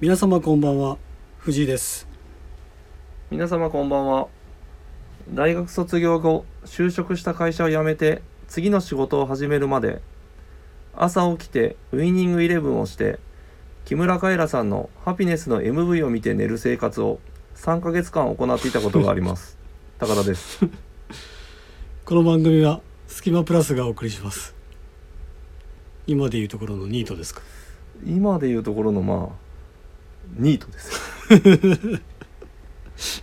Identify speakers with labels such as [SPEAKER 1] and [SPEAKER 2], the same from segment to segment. [SPEAKER 1] 皆様こんばんは藤井です
[SPEAKER 2] 皆様こんばんは大学卒業後就職した会社を辞めて次の仕事を始めるまで朝起きてウイニングイレブンをして木村カエラさんの「ハピネス」の MV を見て寝る生活を3ヶ月間行っていたことがあります 高田です
[SPEAKER 1] この番組はスキマプラスがお送りします今でいうところのニートですか
[SPEAKER 2] 今でいうところのまあニートで す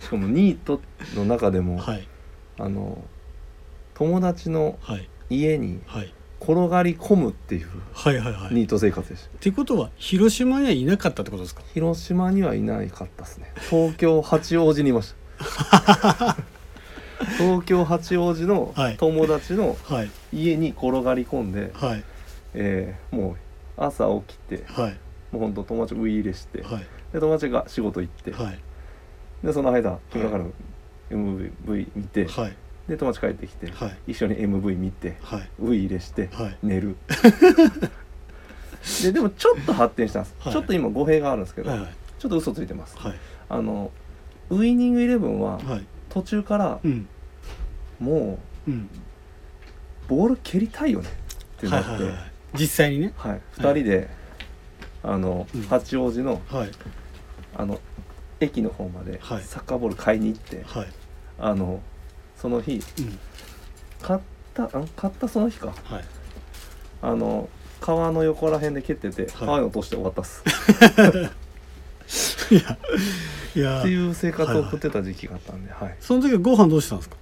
[SPEAKER 2] しかもニートの中でも、
[SPEAKER 1] はい
[SPEAKER 2] あの友達の
[SPEAKER 1] はい
[SPEAKER 2] 家に
[SPEAKER 1] はい
[SPEAKER 2] 転がり込むっていう
[SPEAKER 1] はいはいはい
[SPEAKER 2] ニート生活でした
[SPEAKER 1] ってことは広島にはいなかったってことですか
[SPEAKER 2] 広島にはいないかったですね東京八王子にいました 東京八王子の
[SPEAKER 1] はい
[SPEAKER 2] 友達の
[SPEAKER 1] はい
[SPEAKER 2] 家に転がり込んで、
[SPEAKER 1] はい
[SPEAKER 2] えーもう朝起きて
[SPEAKER 1] はい
[SPEAKER 2] もうほんと友達ウイイレして、
[SPEAKER 1] はい
[SPEAKER 2] で友達が仕事行って、
[SPEAKER 1] はい
[SPEAKER 2] でその間木村からの MV 見て、
[SPEAKER 1] はい
[SPEAKER 2] で友達帰ってきて、
[SPEAKER 1] はい
[SPEAKER 2] 一緒に MV 見て
[SPEAKER 1] はい
[SPEAKER 2] ウイイレして、
[SPEAKER 1] はい
[SPEAKER 2] 寝るででもちょっと発展したんです、
[SPEAKER 1] はい
[SPEAKER 2] ちょっと今語弊があるんですけど、
[SPEAKER 1] はいはい
[SPEAKER 2] ちょっと嘘ついてます
[SPEAKER 1] はい
[SPEAKER 2] あのウイニングイレブンは
[SPEAKER 1] はい
[SPEAKER 2] 途中から
[SPEAKER 1] うん
[SPEAKER 2] も
[SPEAKER 1] うん
[SPEAKER 2] うボール蹴りたいよねって
[SPEAKER 1] は
[SPEAKER 2] ないって、
[SPEAKER 1] は
[SPEAKER 2] はい
[SPEAKER 1] いはい実際にね
[SPEAKER 2] 2人であの、
[SPEAKER 1] うん
[SPEAKER 2] 八王子の
[SPEAKER 1] はい
[SPEAKER 2] あの駅の方まで
[SPEAKER 1] はい
[SPEAKER 2] サッカーボール買いに行って、
[SPEAKER 1] はい
[SPEAKER 2] あのその日
[SPEAKER 1] うん
[SPEAKER 2] 買ったあ買ったその日か
[SPEAKER 1] はい
[SPEAKER 2] あの川の横ら辺で蹴ってて、川に落として終わったっす
[SPEAKER 1] いやいや
[SPEAKER 2] っていう生活を送ってた時期があったんで、はい
[SPEAKER 1] その時はご飯どうしてたんですか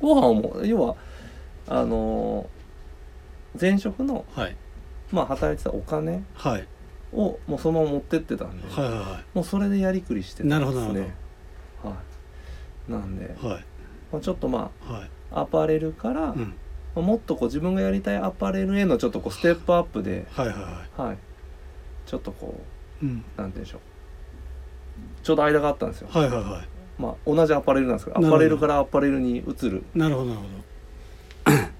[SPEAKER 2] ご飯も要はあの前職の、
[SPEAKER 1] はい
[SPEAKER 2] まあ、働いてたお金
[SPEAKER 1] はい
[SPEAKER 2] をもうそのまま持ってってたんで、
[SPEAKER 1] はいはいは
[SPEAKER 2] もうそれでやりくりしてた
[SPEAKER 1] なんるほ
[SPEAKER 2] で
[SPEAKER 1] ど
[SPEAKER 2] す
[SPEAKER 1] なる
[SPEAKER 2] ね。はい、なんで、
[SPEAKER 1] いはい
[SPEAKER 2] まあ、ちょっとま
[SPEAKER 1] はい
[SPEAKER 2] あアパレルから、
[SPEAKER 1] う
[SPEAKER 2] ま
[SPEAKER 1] ん
[SPEAKER 2] あもっとこう自分がやりたいアパレルへのちょっとこうステップアップで、
[SPEAKER 1] はいはいは
[SPEAKER 2] はい、ちょっとこ
[SPEAKER 1] いうん
[SPEAKER 2] うなんて言うんでしょうちょうど間があったんですよ、
[SPEAKER 1] はいはいは
[SPEAKER 2] まあ、同じアパレルなんですけど
[SPEAKER 1] なる
[SPEAKER 2] ア
[SPEAKER 1] ほど
[SPEAKER 2] パレルからアパレルに移る
[SPEAKER 1] いなるほどなるほ
[SPEAKER 2] なんで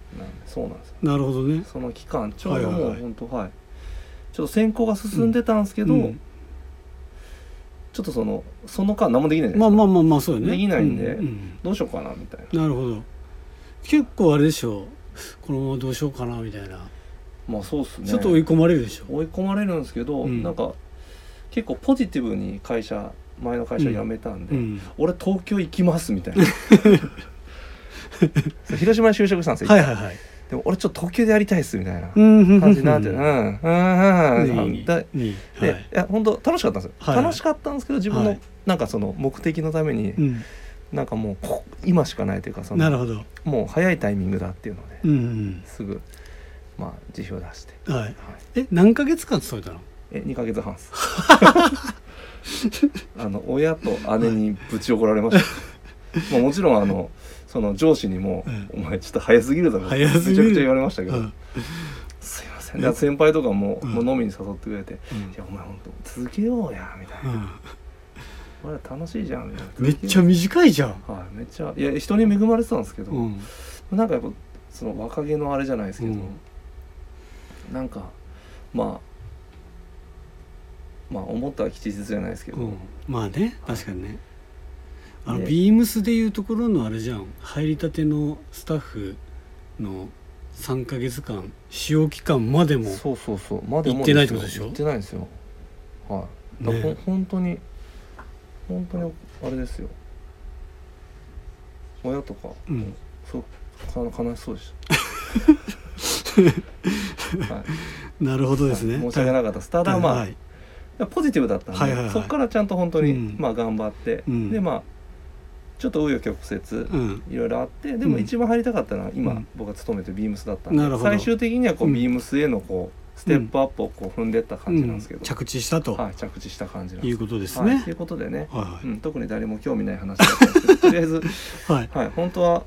[SPEAKER 2] そうなんですよ
[SPEAKER 1] どなるほどね
[SPEAKER 2] その期間ちょうど
[SPEAKER 1] はい
[SPEAKER 2] も
[SPEAKER 1] はい
[SPEAKER 2] う
[SPEAKER 1] はい
[SPEAKER 2] 本当はいちょっと選考が進んでたんですけど、
[SPEAKER 1] うん
[SPEAKER 2] ちょっとそのその間何もできないじゃないですか
[SPEAKER 1] まあまあまあまあそうよね
[SPEAKER 2] できないんで
[SPEAKER 1] ううん
[SPEAKER 2] どうしようかなみたいな
[SPEAKER 1] なるほど結構あれでしょこのままどうしようかなみたいな
[SPEAKER 2] まあそうっすね
[SPEAKER 1] ちょっと追い込まれるでしょ
[SPEAKER 2] 追い込まれるんですけど、
[SPEAKER 1] うん
[SPEAKER 2] なんか結構ポジティブに会社前の会社辞めたんで、
[SPEAKER 1] うん
[SPEAKER 2] 俺東京行きますみ たいなそう広島に就職したんですよ、
[SPEAKER 1] はいはいはい
[SPEAKER 2] でも俺ちょっと東京でやりたいっすみたいな
[SPEAKER 1] うん
[SPEAKER 2] 感じになってうんうんうんうん
[SPEAKER 1] いい
[SPEAKER 2] だで、
[SPEAKER 1] いい
[SPEAKER 2] い
[SPEAKER 1] はい
[SPEAKER 2] や本当楽しかったんですよ、
[SPEAKER 1] はい
[SPEAKER 2] 楽しかったんですけど自分の、
[SPEAKER 1] はい
[SPEAKER 2] なんかその目的のために、
[SPEAKER 1] うん
[SPEAKER 2] なんかもうこ今しかないというかそ
[SPEAKER 1] なる
[SPEAKER 2] の
[SPEAKER 1] ほど
[SPEAKER 2] もう早いタイミングだっていうので、
[SPEAKER 1] うん
[SPEAKER 2] すぐまあ辞表出して、
[SPEAKER 1] うんはい
[SPEAKER 2] はい、
[SPEAKER 1] え何ヶ月間勤めたの
[SPEAKER 2] え2ヶ月半っ すあの親と姉にぶち怒られました、まあ、もちろんあのその上司にも「お前ちょっと早すぎるだろ」
[SPEAKER 1] 早すぎる
[SPEAKER 2] めちゃくちゃ言われましたけど「
[SPEAKER 1] うん
[SPEAKER 2] すいません」だから先輩とかも,、
[SPEAKER 1] うん
[SPEAKER 2] もう飲みに誘ってくれて「
[SPEAKER 1] うん
[SPEAKER 2] いやお前ほんと続けようや」みたいな「俺ら楽しいじゃん」みたいな
[SPEAKER 1] めっちゃ短いじゃん
[SPEAKER 2] はいめっちゃいや人に恵まれてたんですけど、
[SPEAKER 1] うん
[SPEAKER 2] なんかやっぱその若気のあれじゃないですけど、
[SPEAKER 1] うん
[SPEAKER 2] なんかまあまあ思ったは吉日じゃないですけど、
[SPEAKER 1] うんまあね確かにねあの
[SPEAKER 2] で
[SPEAKER 1] ビームスでいうところのあれじゃん入りたてのスタッフの3ヶ月間使用期間までも
[SPEAKER 2] そうそうそうま
[SPEAKER 1] 行ってないってことでしょ
[SPEAKER 2] 行ってないんですよはいだからほん、
[SPEAKER 1] ね
[SPEAKER 2] 本当に本当にあれですよ親とか、
[SPEAKER 1] うん
[SPEAKER 2] そうか悲しそうでした はい
[SPEAKER 1] なるほどですね、
[SPEAKER 2] はい申し訳なかったですただまあ、
[SPEAKER 1] はい
[SPEAKER 2] ポジティブだったんで、
[SPEAKER 1] はいはいはい
[SPEAKER 2] そこからちゃんと本当に、
[SPEAKER 1] うん
[SPEAKER 2] まあ頑張って、
[SPEAKER 1] うん
[SPEAKER 2] でまあちょっと紆余曲折、
[SPEAKER 1] うん
[SPEAKER 2] いろいろあってで
[SPEAKER 1] う
[SPEAKER 2] も
[SPEAKER 1] ん
[SPEAKER 2] 一番入りたかったのは今、
[SPEAKER 1] うん
[SPEAKER 2] 僕が勤めてるビームスだったんで
[SPEAKER 1] なるほど
[SPEAKER 2] 最終的にはこう、
[SPEAKER 1] うん
[SPEAKER 2] ビームスへのこうステップアップをこう踏んでった感じなんですけど、
[SPEAKER 1] うん着地したと
[SPEAKER 2] はい、着地した感じなん
[SPEAKER 1] い
[SPEAKER 2] で
[SPEAKER 1] う
[SPEAKER 2] す
[SPEAKER 1] ことです
[SPEAKER 2] はい、
[SPEAKER 1] ね
[SPEAKER 2] ということでね、
[SPEAKER 1] は
[SPEAKER 2] うん、特に誰も興味ない話だったんですけどとりあえず、
[SPEAKER 1] いはい
[SPEAKER 2] はい、本当は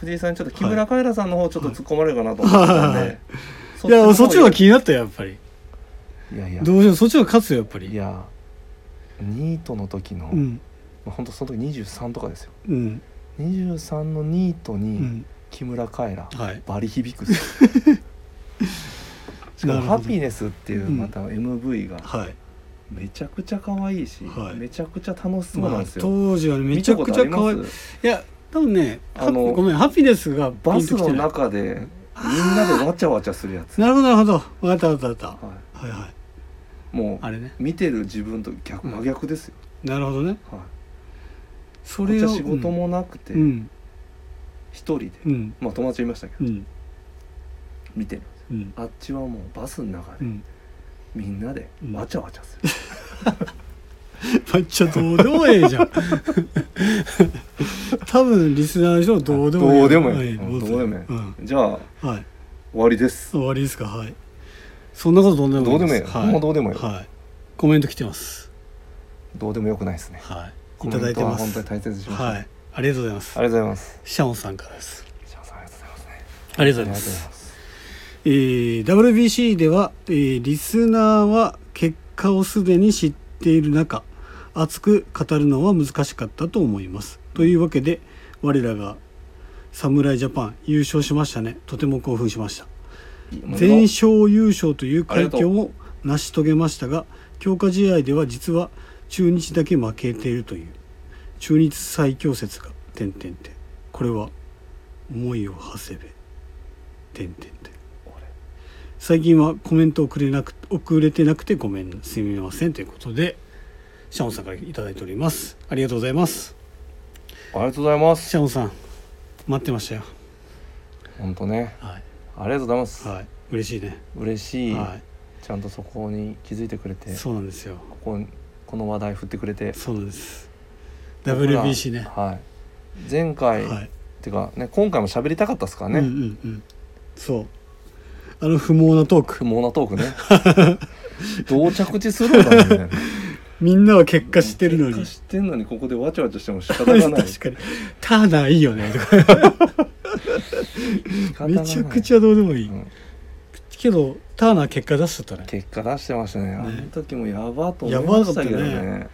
[SPEAKER 2] 藤井さんにちょっと木村カエラさんの方ちょっと突っ込まれるかなと思ってたんで、
[SPEAKER 1] はいいやそっちの方が気になったよやっぱり
[SPEAKER 2] いやいや
[SPEAKER 1] どうしようそっちの方が勝つよやっぱ
[SPEAKER 2] い
[SPEAKER 1] り
[SPEAKER 2] やニートの時の、
[SPEAKER 1] うん
[SPEAKER 2] まあ、本当その時23とかですよ
[SPEAKER 1] うん
[SPEAKER 2] 23のニート
[SPEAKER 1] う
[SPEAKER 2] に
[SPEAKER 1] ん
[SPEAKER 2] 木村カエラ、
[SPEAKER 1] はい
[SPEAKER 2] バリ響くっす しかも「ハピネス」っていうまた MV が
[SPEAKER 1] はい
[SPEAKER 2] めちゃくちゃ可愛いし、
[SPEAKER 1] はい
[SPEAKER 2] めちゃくちゃ楽しそうなんですよ、
[SPEAKER 1] 当時はねめちゃくちゃ
[SPEAKER 2] 見たこ
[SPEAKER 1] 可
[SPEAKER 2] と
[SPEAKER 1] 愛い
[SPEAKER 2] あり
[SPEAKER 1] い
[SPEAKER 2] ます
[SPEAKER 1] や多分ね
[SPEAKER 2] あ
[SPEAKER 1] ハ
[SPEAKER 2] の
[SPEAKER 1] ッごめんハピネスが
[SPEAKER 2] バ
[SPEAKER 1] ピン
[SPEAKER 2] ス
[SPEAKER 1] ときて
[SPEAKER 2] の
[SPEAKER 1] ない
[SPEAKER 2] 中でみんなでわちゃわちゃするや つ、
[SPEAKER 1] なるほどなるほど分かった分かった分かっ
[SPEAKER 2] は
[SPEAKER 1] たはいはい
[SPEAKER 2] い、も
[SPEAKER 1] あれね
[SPEAKER 2] う見てる自分と逆真逆ですよ、
[SPEAKER 1] なるほどね
[SPEAKER 2] はい、
[SPEAKER 1] そ
[SPEAKER 2] こっ
[SPEAKER 1] れ
[SPEAKER 2] ち
[SPEAKER 1] を
[SPEAKER 2] は仕事もなくて
[SPEAKER 1] うん
[SPEAKER 2] 一人で、
[SPEAKER 1] うん
[SPEAKER 2] まあ友達いましたけど
[SPEAKER 1] うん
[SPEAKER 2] 見てる
[SPEAKER 1] うん
[SPEAKER 2] あっちはもうバスの中
[SPEAKER 1] う
[SPEAKER 2] で
[SPEAKER 1] ん
[SPEAKER 2] みんなでわちゃわちゃする、
[SPEAKER 1] めっちゃどうでもええじゃん 多分リスナーの人はどうでも
[SPEAKER 2] どうでもええ
[SPEAKER 1] はい
[SPEAKER 2] うんどうでもええ
[SPEAKER 1] うん
[SPEAKER 2] じゃあ
[SPEAKER 1] はい
[SPEAKER 2] 終わりです
[SPEAKER 1] 終わりですかはいそんなことどうでもいい
[SPEAKER 2] どうでもいい
[SPEAKER 1] す
[SPEAKER 2] もうどうでもいい
[SPEAKER 1] はいコメント来てます
[SPEAKER 2] どうでもよくないですね
[SPEAKER 1] はい
[SPEAKER 2] コ
[SPEAKER 1] い
[SPEAKER 2] メ
[SPEAKER 1] た
[SPEAKER 2] ント
[SPEAKER 1] だて
[SPEAKER 2] はい
[SPEAKER 1] ます
[SPEAKER 2] 本当に大切にしましょう、
[SPEAKER 1] は
[SPEAKER 2] あり
[SPEAKER 1] いありがとうございます
[SPEAKER 2] がとうございます
[SPEAKER 1] シャオンさんからです
[SPEAKER 2] シャンさんありがとうございますね
[SPEAKER 1] ありが
[SPEAKER 2] あ
[SPEAKER 1] とう
[SPEAKER 2] り
[SPEAKER 1] ございま
[SPEAKER 2] がとうござい
[SPEAKER 1] す
[SPEAKER 2] ます
[SPEAKER 1] えー WBC では、えーリスナーは結果をすでに知っている中熱く語るのは難しかったと思いますというわけで我らが侍ジャパン優勝しましたねとても興奮しました全勝優勝という快挙を成し遂げましたが強化試合では実は中日だけ負けているという中日最強説が点々点これは思いを馳せべ点々点最近はコメントをくれなく遅れてなくてごめんすみませんということでシャオンさんからいただいておりますありがとうございます
[SPEAKER 2] ありがとうございます
[SPEAKER 1] シャオンさん待ってましたよ
[SPEAKER 2] 本当ね
[SPEAKER 1] はい
[SPEAKER 2] ありがとうございます、
[SPEAKER 1] はい嬉しいね
[SPEAKER 2] 嬉しい、
[SPEAKER 1] は
[SPEAKER 2] ちゃんとそこに気づいてくれて
[SPEAKER 1] いそうなんですよ
[SPEAKER 2] こここの話題振ってくれて
[SPEAKER 1] そうなんです。WBC ね。
[SPEAKER 2] 僕らはい前回、
[SPEAKER 1] はい。
[SPEAKER 2] てかね今回も喋りたかったですからね、
[SPEAKER 1] うんうんうん。そう。あの不毛なトーク
[SPEAKER 2] 不。毛なトークね どう着地するんだろうね
[SPEAKER 1] みんなは結果してるのに。
[SPEAKER 2] 知ってんのにここでわちゃわちゃしても仕方 が
[SPEAKER 1] 確
[SPEAKER 2] ない
[SPEAKER 1] かに。ターナーいいよね。とか
[SPEAKER 2] 仕方がな
[SPEAKER 1] め
[SPEAKER 2] い
[SPEAKER 1] ちゃくちゃどうでもいい。
[SPEAKER 2] うん
[SPEAKER 1] けど、ターナー結果出しちゃったね。
[SPEAKER 2] 結果出してましたねあの時もやばと思
[SPEAKER 1] や
[SPEAKER 2] い
[SPEAKER 1] ば
[SPEAKER 2] ま
[SPEAKER 1] かっ
[SPEAKER 2] した
[SPEAKER 1] ね
[SPEAKER 2] たけどね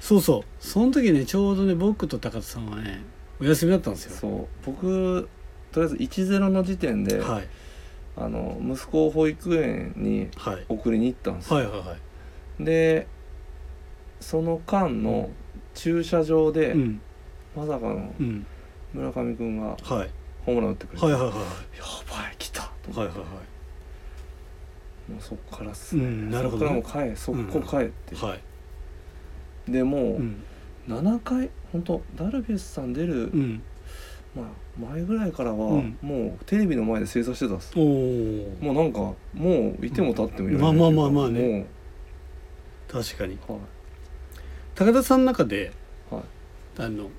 [SPEAKER 1] そうそう。その時ね、ちょうどね、僕と高田さんはね、お休みだったんですよ。
[SPEAKER 2] そう僕とりあえず1-0の時点で、
[SPEAKER 1] はい。
[SPEAKER 2] あの息子を保育園に
[SPEAKER 1] はい。
[SPEAKER 2] 送りに行ったんですよ、
[SPEAKER 1] はいはいは
[SPEAKER 2] でその間の駐車場で、
[SPEAKER 1] い。うん。
[SPEAKER 2] まさかの
[SPEAKER 1] うん。
[SPEAKER 2] 村上君が
[SPEAKER 1] はい。
[SPEAKER 2] ホームラン打ってくれて、
[SPEAKER 1] はいはい
[SPEAKER 2] や
[SPEAKER 1] はいは
[SPEAKER 2] ばい来たと
[SPEAKER 1] い。はい
[SPEAKER 2] 思
[SPEAKER 1] はい
[SPEAKER 2] って、
[SPEAKER 1] は
[SPEAKER 2] もうそこからっす
[SPEAKER 1] い。う
[SPEAKER 2] ね、
[SPEAKER 1] ん。なるほど
[SPEAKER 2] そ
[SPEAKER 1] ね
[SPEAKER 2] こ。からもう帰速攻帰って、
[SPEAKER 1] はい。
[SPEAKER 2] でも
[SPEAKER 1] う。
[SPEAKER 2] うん7回本当ダルビッシュさん出る、
[SPEAKER 1] うん。
[SPEAKER 2] まあ、前ぐらいからは、
[SPEAKER 1] うん
[SPEAKER 2] もうテレビの前で正座してたっす
[SPEAKER 1] おお。
[SPEAKER 2] もうなんかもういても立ってもいられない、
[SPEAKER 1] うんまあまあまあまあね確かに。
[SPEAKER 2] もうはい
[SPEAKER 1] 高田さんの中で、
[SPEAKER 2] はい
[SPEAKER 1] あの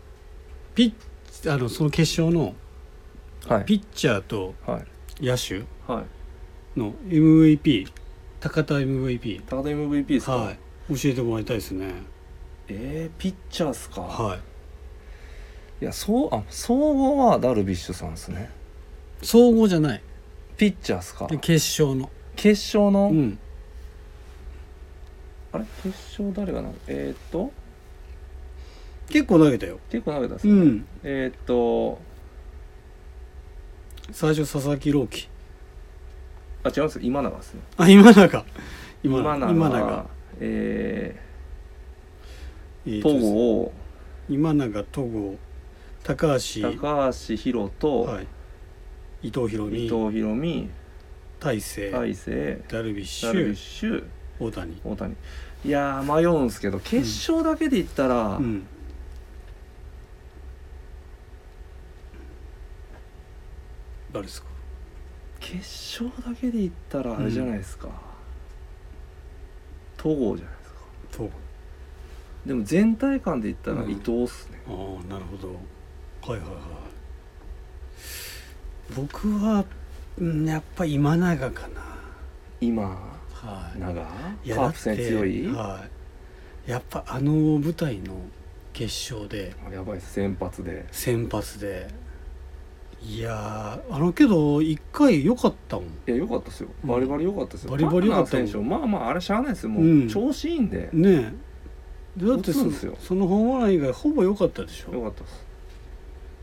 [SPEAKER 1] ピッあのその決勝の
[SPEAKER 2] はい
[SPEAKER 1] ピッチャーと
[SPEAKER 2] はい
[SPEAKER 1] 野手
[SPEAKER 2] はい
[SPEAKER 1] の MVP 高田 MVP
[SPEAKER 2] 高田 MVP ですか、
[SPEAKER 1] はい教えてもらいたいですね
[SPEAKER 2] えー、ピッチャーっすか、、
[SPEAKER 1] はい
[SPEAKER 2] やそうあ総合はダルビッシュさんですね
[SPEAKER 1] い総合じゃない
[SPEAKER 2] ピッチャーっすか
[SPEAKER 1] 決勝の
[SPEAKER 2] 決勝の、
[SPEAKER 1] うん
[SPEAKER 2] あれ決勝誰がなえー、っと
[SPEAKER 1] 結構投げたよ
[SPEAKER 2] 結構投げたっす
[SPEAKER 1] う
[SPEAKER 2] ね、
[SPEAKER 1] ん
[SPEAKER 2] えー、っと
[SPEAKER 1] 最初佐々木朗希
[SPEAKER 2] あ違います今永ですね
[SPEAKER 1] あ今永今
[SPEAKER 2] 今
[SPEAKER 1] 永
[SPEAKER 2] 永
[SPEAKER 1] 今永
[SPEAKER 2] え
[SPEAKER 1] えー
[SPEAKER 2] ー、
[SPEAKER 1] と
[SPEAKER 2] 東郷
[SPEAKER 1] 今永戸郷高橋
[SPEAKER 2] 高橋宏と
[SPEAKER 1] はい伊藤博
[SPEAKER 2] 伊
[SPEAKER 1] 美
[SPEAKER 2] 藤博美
[SPEAKER 1] 大勢ダル
[SPEAKER 2] 大勢
[SPEAKER 1] ビッシ
[SPEAKER 2] ダルビッ
[SPEAKER 1] ュ
[SPEAKER 2] シュ
[SPEAKER 1] 大谷
[SPEAKER 2] 大谷いやー迷うんですけど決勝だけで言ったら、
[SPEAKER 1] うん誰ですか
[SPEAKER 2] 決勝だけで言ったらあれじゃないですか、東郷じゃないですか
[SPEAKER 1] そう
[SPEAKER 2] でも全体感で言ったら
[SPEAKER 1] うん
[SPEAKER 2] 伊藤っすね、
[SPEAKER 1] ああなるほどはいはいはい僕はうんやっぱ今永かな
[SPEAKER 2] 今
[SPEAKER 1] はい
[SPEAKER 2] 長
[SPEAKER 1] いや
[SPEAKER 2] カープ戦強い、
[SPEAKER 1] だってはいやっぱあの舞台の決勝で
[SPEAKER 2] やばいっす先発で
[SPEAKER 1] 先発でいやーあのけど1回良かったもん
[SPEAKER 2] いや良かったですよバリバリ良かったですよ、
[SPEAKER 1] バリバリ良かった
[SPEAKER 2] パー
[SPEAKER 1] もん
[SPEAKER 2] ナー選手まあまああれしゃあないですよもう、
[SPEAKER 1] うん
[SPEAKER 2] 調子いいんで
[SPEAKER 1] ねえでだって
[SPEAKER 2] 打つ
[SPEAKER 1] そ
[SPEAKER 2] んですよ
[SPEAKER 1] そのホームラン以外ほぼ良かったでしょ
[SPEAKER 2] 良かったです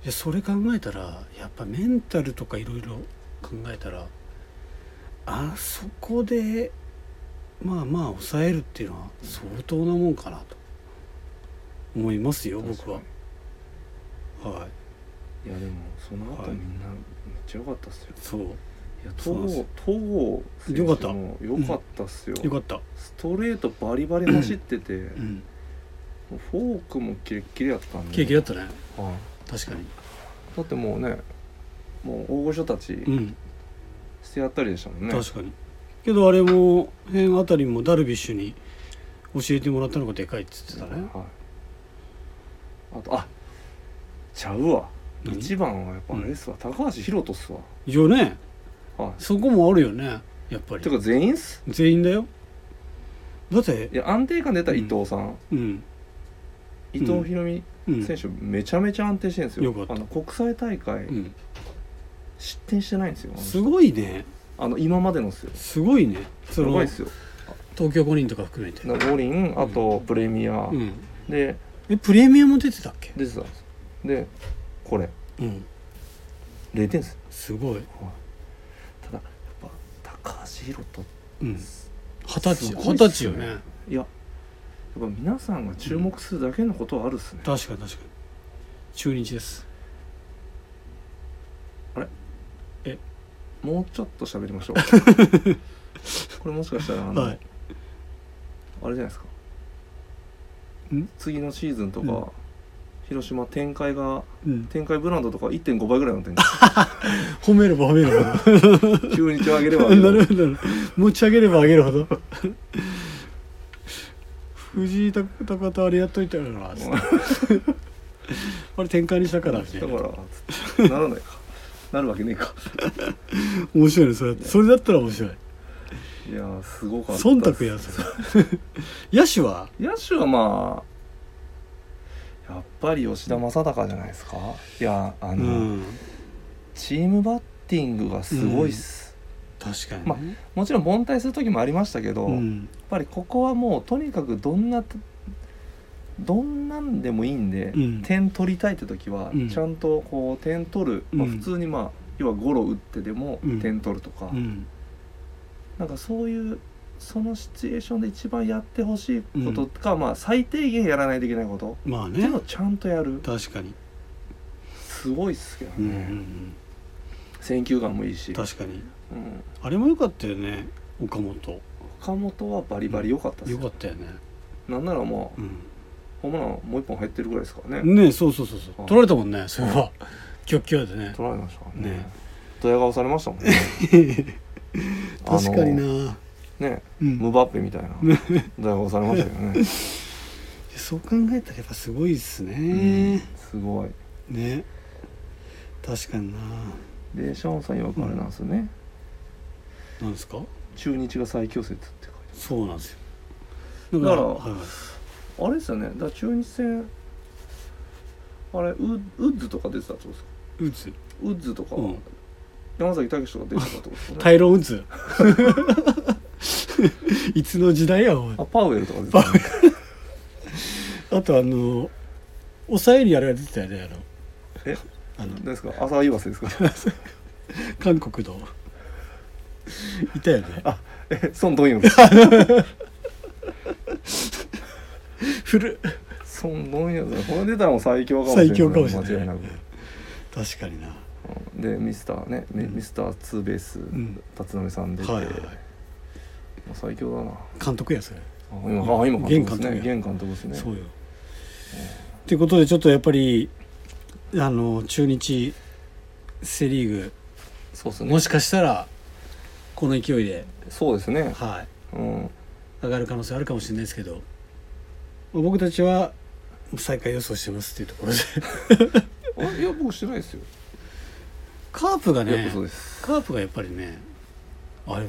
[SPEAKER 1] いやそれ考えたらやっぱメンタルとかいろいろ考えたらあそこでまあまあ抑えるっていうのは相当なもんかなと思いますよ僕は
[SPEAKER 2] 確か
[SPEAKER 1] はい
[SPEAKER 2] にいやでもその後
[SPEAKER 1] はい
[SPEAKER 2] みんなめっちゃ良かったっすよ、
[SPEAKER 1] そう
[SPEAKER 2] いや
[SPEAKER 1] そうなんです
[SPEAKER 2] 東郷選手
[SPEAKER 1] 良かった
[SPEAKER 2] も良かったっすよ、
[SPEAKER 1] よかった、
[SPEAKER 2] ストレートバリバリ走ってて、
[SPEAKER 1] うん、
[SPEAKER 2] もうフォークもキレッキレやったんで
[SPEAKER 1] 経験だったね
[SPEAKER 2] はい
[SPEAKER 1] 確かに
[SPEAKER 2] だってもうねもう大御所たち
[SPEAKER 1] うん
[SPEAKER 2] してやったりでしたもんね、
[SPEAKER 1] 確かにけどあれも辺あたりもダルビッシュに教えてもらったのがでかいって言ってたね
[SPEAKER 2] はい、あとあちゃうわ
[SPEAKER 1] 何
[SPEAKER 2] 一番はやっぱあれですわ、高橋宏斗っすわ
[SPEAKER 1] 以上ね
[SPEAKER 2] は
[SPEAKER 1] そこもあるよねやっぱ
[SPEAKER 2] い
[SPEAKER 1] り
[SPEAKER 2] てか全員っす
[SPEAKER 1] 全員だよだって
[SPEAKER 2] いや安定感出た伊藤さん、
[SPEAKER 1] うん
[SPEAKER 2] 伊藤博美
[SPEAKER 1] うん
[SPEAKER 2] 選手、めちゃめちゃ安定してるんですよ
[SPEAKER 1] よかった
[SPEAKER 2] あの国際大会、
[SPEAKER 1] うん、
[SPEAKER 2] 失点してないんですよあの
[SPEAKER 1] すごいね
[SPEAKER 2] あの今までのっすよ
[SPEAKER 1] すごいねそ
[SPEAKER 2] や
[SPEAKER 1] の
[SPEAKER 2] ばいっ
[SPEAKER 1] 東
[SPEAKER 2] すよ
[SPEAKER 1] 京五輪とか含めて
[SPEAKER 2] だから五輪あとプレミア、
[SPEAKER 1] うん
[SPEAKER 2] で
[SPEAKER 1] えプレミアも出てたっけ
[SPEAKER 2] 出てたんですでこれ
[SPEAKER 1] うん
[SPEAKER 2] 0点っす
[SPEAKER 1] すごい、
[SPEAKER 2] ただやっぱ高橋宏斗
[SPEAKER 1] うん、二十歳
[SPEAKER 2] すごい
[SPEAKER 1] 二十
[SPEAKER 2] っすね
[SPEAKER 1] 歳よね
[SPEAKER 2] いややっぱ皆さんが注目するだけのことはあるっすね、
[SPEAKER 1] 確かに確かに中日です
[SPEAKER 2] もうちょっと喋りま しょうこれもしかしたらあの、
[SPEAKER 1] はい
[SPEAKER 2] あれじゃないですか
[SPEAKER 1] ん
[SPEAKER 2] 次のシーズンとか、
[SPEAKER 1] うん
[SPEAKER 2] 広島展開が
[SPEAKER 1] うん、
[SPEAKER 2] 展開ブランドとか1.5倍ぐらいの展開
[SPEAKER 1] 褒めれば褒めれば
[SPEAKER 2] 中日を上げれ ば
[SPEAKER 1] なるほどなるほど持ち上げれば上げるほど 藤井高田あれやっといたからなつって あれ展開にしたからみたい
[SPEAKER 2] だ
[SPEAKER 1] な
[SPEAKER 2] からつってならないかなるわけねえか
[SPEAKER 1] 面白いねそれそれだったら面白い
[SPEAKER 2] いやーすごかった
[SPEAKER 1] 忖度やそ れ野手は
[SPEAKER 2] 野手はまあやっぱり吉田正尚じゃないですかいやあ
[SPEAKER 1] う
[SPEAKER 2] の、
[SPEAKER 1] ん
[SPEAKER 2] チームバッティングがすごいっす、
[SPEAKER 1] 確かに
[SPEAKER 2] ま
[SPEAKER 1] ね
[SPEAKER 2] もちろん凡退する時もありましたけど、
[SPEAKER 1] う
[SPEAKER 2] やっ
[SPEAKER 1] ん
[SPEAKER 2] ぱりここはもうとにかくどんなどんなんでもいいんで、
[SPEAKER 1] うん
[SPEAKER 2] 点取りたいって時は
[SPEAKER 1] うん
[SPEAKER 2] ちゃんとこう点取る、まあ
[SPEAKER 1] うん
[SPEAKER 2] 普通にまあ要はゴロ打ってでも
[SPEAKER 1] うん
[SPEAKER 2] 点取るとか、
[SPEAKER 1] うん
[SPEAKER 2] なんかそういうそのシチュエーションで一番やってほしいことか、まあ最低限やらないといけないこと
[SPEAKER 1] まあ
[SPEAKER 2] ってい
[SPEAKER 1] ね
[SPEAKER 2] うのをちゃんとやる
[SPEAKER 1] 確かに
[SPEAKER 2] すごいっすけど
[SPEAKER 1] うんうんう
[SPEAKER 2] ね、
[SPEAKER 1] ん
[SPEAKER 2] 選球眼もいいし、
[SPEAKER 1] 確かに
[SPEAKER 2] うん、
[SPEAKER 1] あれも良かったよね岡本
[SPEAKER 2] 岡本はバリバリ良かったっす
[SPEAKER 1] 良
[SPEAKER 2] よ
[SPEAKER 1] かったよね
[SPEAKER 2] なんならまあ
[SPEAKER 1] う
[SPEAKER 2] ホームランもう一本入ってるぐらいですからね
[SPEAKER 1] んねえそうそうそうそう
[SPEAKER 2] はい
[SPEAKER 1] 取られたもんねそれは極強でね
[SPEAKER 2] 取られましたからね
[SPEAKER 1] ね
[SPEAKER 2] ドヤ顔されましたもんねあの
[SPEAKER 1] 確かにな
[SPEAKER 2] ね
[SPEAKER 1] うん
[SPEAKER 2] ムバッペみたいなドヤ顔されましたけど ね、
[SPEAKER 1] そう考えたらやっぱすごいっす
[SPEAKER 2] うん
[SPEAKER 1] ね
[SPEAKER 2] すごい
[SPEAKER 1] ね確かにな
[SPEAKER 2] でシャオンさん曰くあれなんですよね、
[SPEAKER 1] なんですか
[SPEAKER 2] 中日が最強説って書いて
[SPEAKER 1] そうなんですよ
[SPEAKER 2] だから
[SPEAKER 1] はいはい
[SPEAKER 2] あるあれですよねだから中日戦あれウウッズとか出てたってことですか
[SPEAKER 1] ウッズ
[SPEAKER 2] ウッズとか、
[SPEAKER 1] うん
[SPEAKER 2] 山崎武史とか出てたってことですか
[SPEAKER 1] タ
[SPEAKER 2] ね
[SPEAKER 1] イロンウッズ いつの時代やおい
[SPEAKER 2] あパウエルとか出てた、ね、
[SPEAKER 1] あとあの抑えにあれが出てたよね
[SPEAKER 2] え
[SPEAKER 1] あのあの
[SPEAKER 2] 何ですか浅井岩瀬ですか
[SPEAKER 1] 韓国 のいたよね
[SPEAKER 2] え孫ドイ ンです
[SPEAKER 1] 古っ
[SPEAKER 2] そんどんやこれ出たらもう最強かもしれな
[SPEAKER 1] 最
[SPEAKER 2] い
[SPEAKER 1] 強かもしれない
[SPEAKER 2] 間違いなく
[SPEAKER 1] 確かにな
[SPEAKER 2] うんでミスターね、ミ
[SPEAKER 1] うん
[SPEAKER 2] ミスターツーベース、
[SPEAKER 1] ん
[SPEAKER 2] 立浪さん出て、
[SPEAKER 1] はいはい
[SPEAKER 2] もう最強だなあ
[SPEAKER 1] 監督やそれ、
[SPEAKER 2] 今あ今監督ですね
[SPEAKER 1] 現監督や
[SPEAKER 2] 現監督ですね
[SPEAKER 1] そうよってことでちょっとやっぱりあの中日セ・リーグ
[SPEAKER 2] そうですね
[SPEAKER 1] もしかしたらこの勢いで、
[SPEAKER 2] そうですね
[SPEAKER 1] はい、
[SPEAKER 2] うん
[SPEAKER 1] 上がる可能性あるかもしれないですけどまあ僕たちは最下位予想してますっていうところで
[SPEAKER 2] あいや僕してないですよ、
[SPEAKER 1] カープが
[SPEAKER 2] やっ
[SPEAKER 1] ね
[SPEAKER 2] ぱそうです
[SPEAKER 1] カープがやっぱりねあれ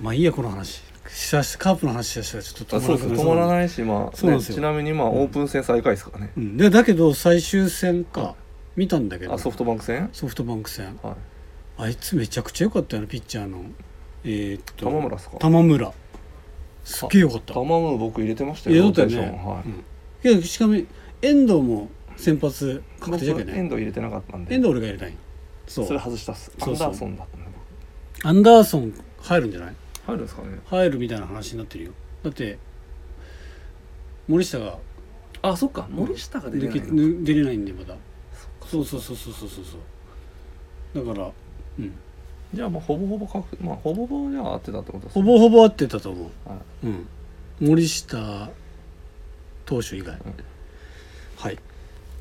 [SPEAKER 1] まあいいやこの話しだしカープの話しだしたらちょっと
[SPEAKER 2] あそうです止まら
[SPEAKER 1] い、
[SPEAKER 2] ないしまあ、
[SPEAKER 1] そうなん
[SPEAKER 2] ね、
[SPEAKER 1] ですよ
[SPEAKER 2] ちなみにまあオープン戦最下位ですからね
[SPEAKER 1] う、ん、でだけど最終戦か見たんだけど
[SPEAKER 2] あソフトバンク戦
[SPEAKER 1] ソフトバンク戦
[SPEAKER 2] はい
[SPEAKER 1] あいつめちゃくちゃ良かったよねピッチャーのえーっと
[SPEAKER 2] 玉村っすか
[SPEAKER 1] 玉村すっげえ良かった
[SPEAKER 2] 玉村僕入れてました
[SPEAKER 1] いや
[SPEAKER 2] よ
[SPEAKER 1] だったよ
[SPEAKER 2] ローテーシ
[SPEAKER 1] ね
[SPEAKER 2] ョンはい、
[SPEAKER 1] いやしかも遠藤も先発確定じゃけ
[SPEAKER 2] 僕
[SPEAKER 1] ね
[SPEAKER 2] 遠藤入れてなかったんで
[SPEAKER 1] 遠藤俺が入れたいんそう
[SPEAKER 2] それ外したっすア
[SPEAKER 1] そう
[SPEAKER 2] ン
[SPEAKER 1] そう
[SPEAKER 2] ダーソンだったんで僕
[SPEAKER 1] アンダーソン入るんじゃない
[SPEAKER 2] 入るんですかね
[SPEAKER 1] 入るみたいな話になってるよだって森下が
[SPEAKER 2] あそっか森下が出て
[SPEAKER 1] 抜
[SPEAKER 2] な
[SPEAKER 1] け
[SPEAKER 2] いの
[SPEAKER 1] ぬ出れないんでまだ
[SPEAKER 2] そっか
[SPEAKER 1] そうそうそうそうそうそうそうだからうん
[SPEAKER 2] じゃあまあほぼほぼ確まあほぼほぼじゃあ合ってたってことです
[SPEAKER 1] ほ
[SPEAKER 2] ね
[SPEAKER 1] ぼほぼ合ってたと思、
[SPEAKER 2] はいう
[SPEAKER 1] うん、森下投手以外、はい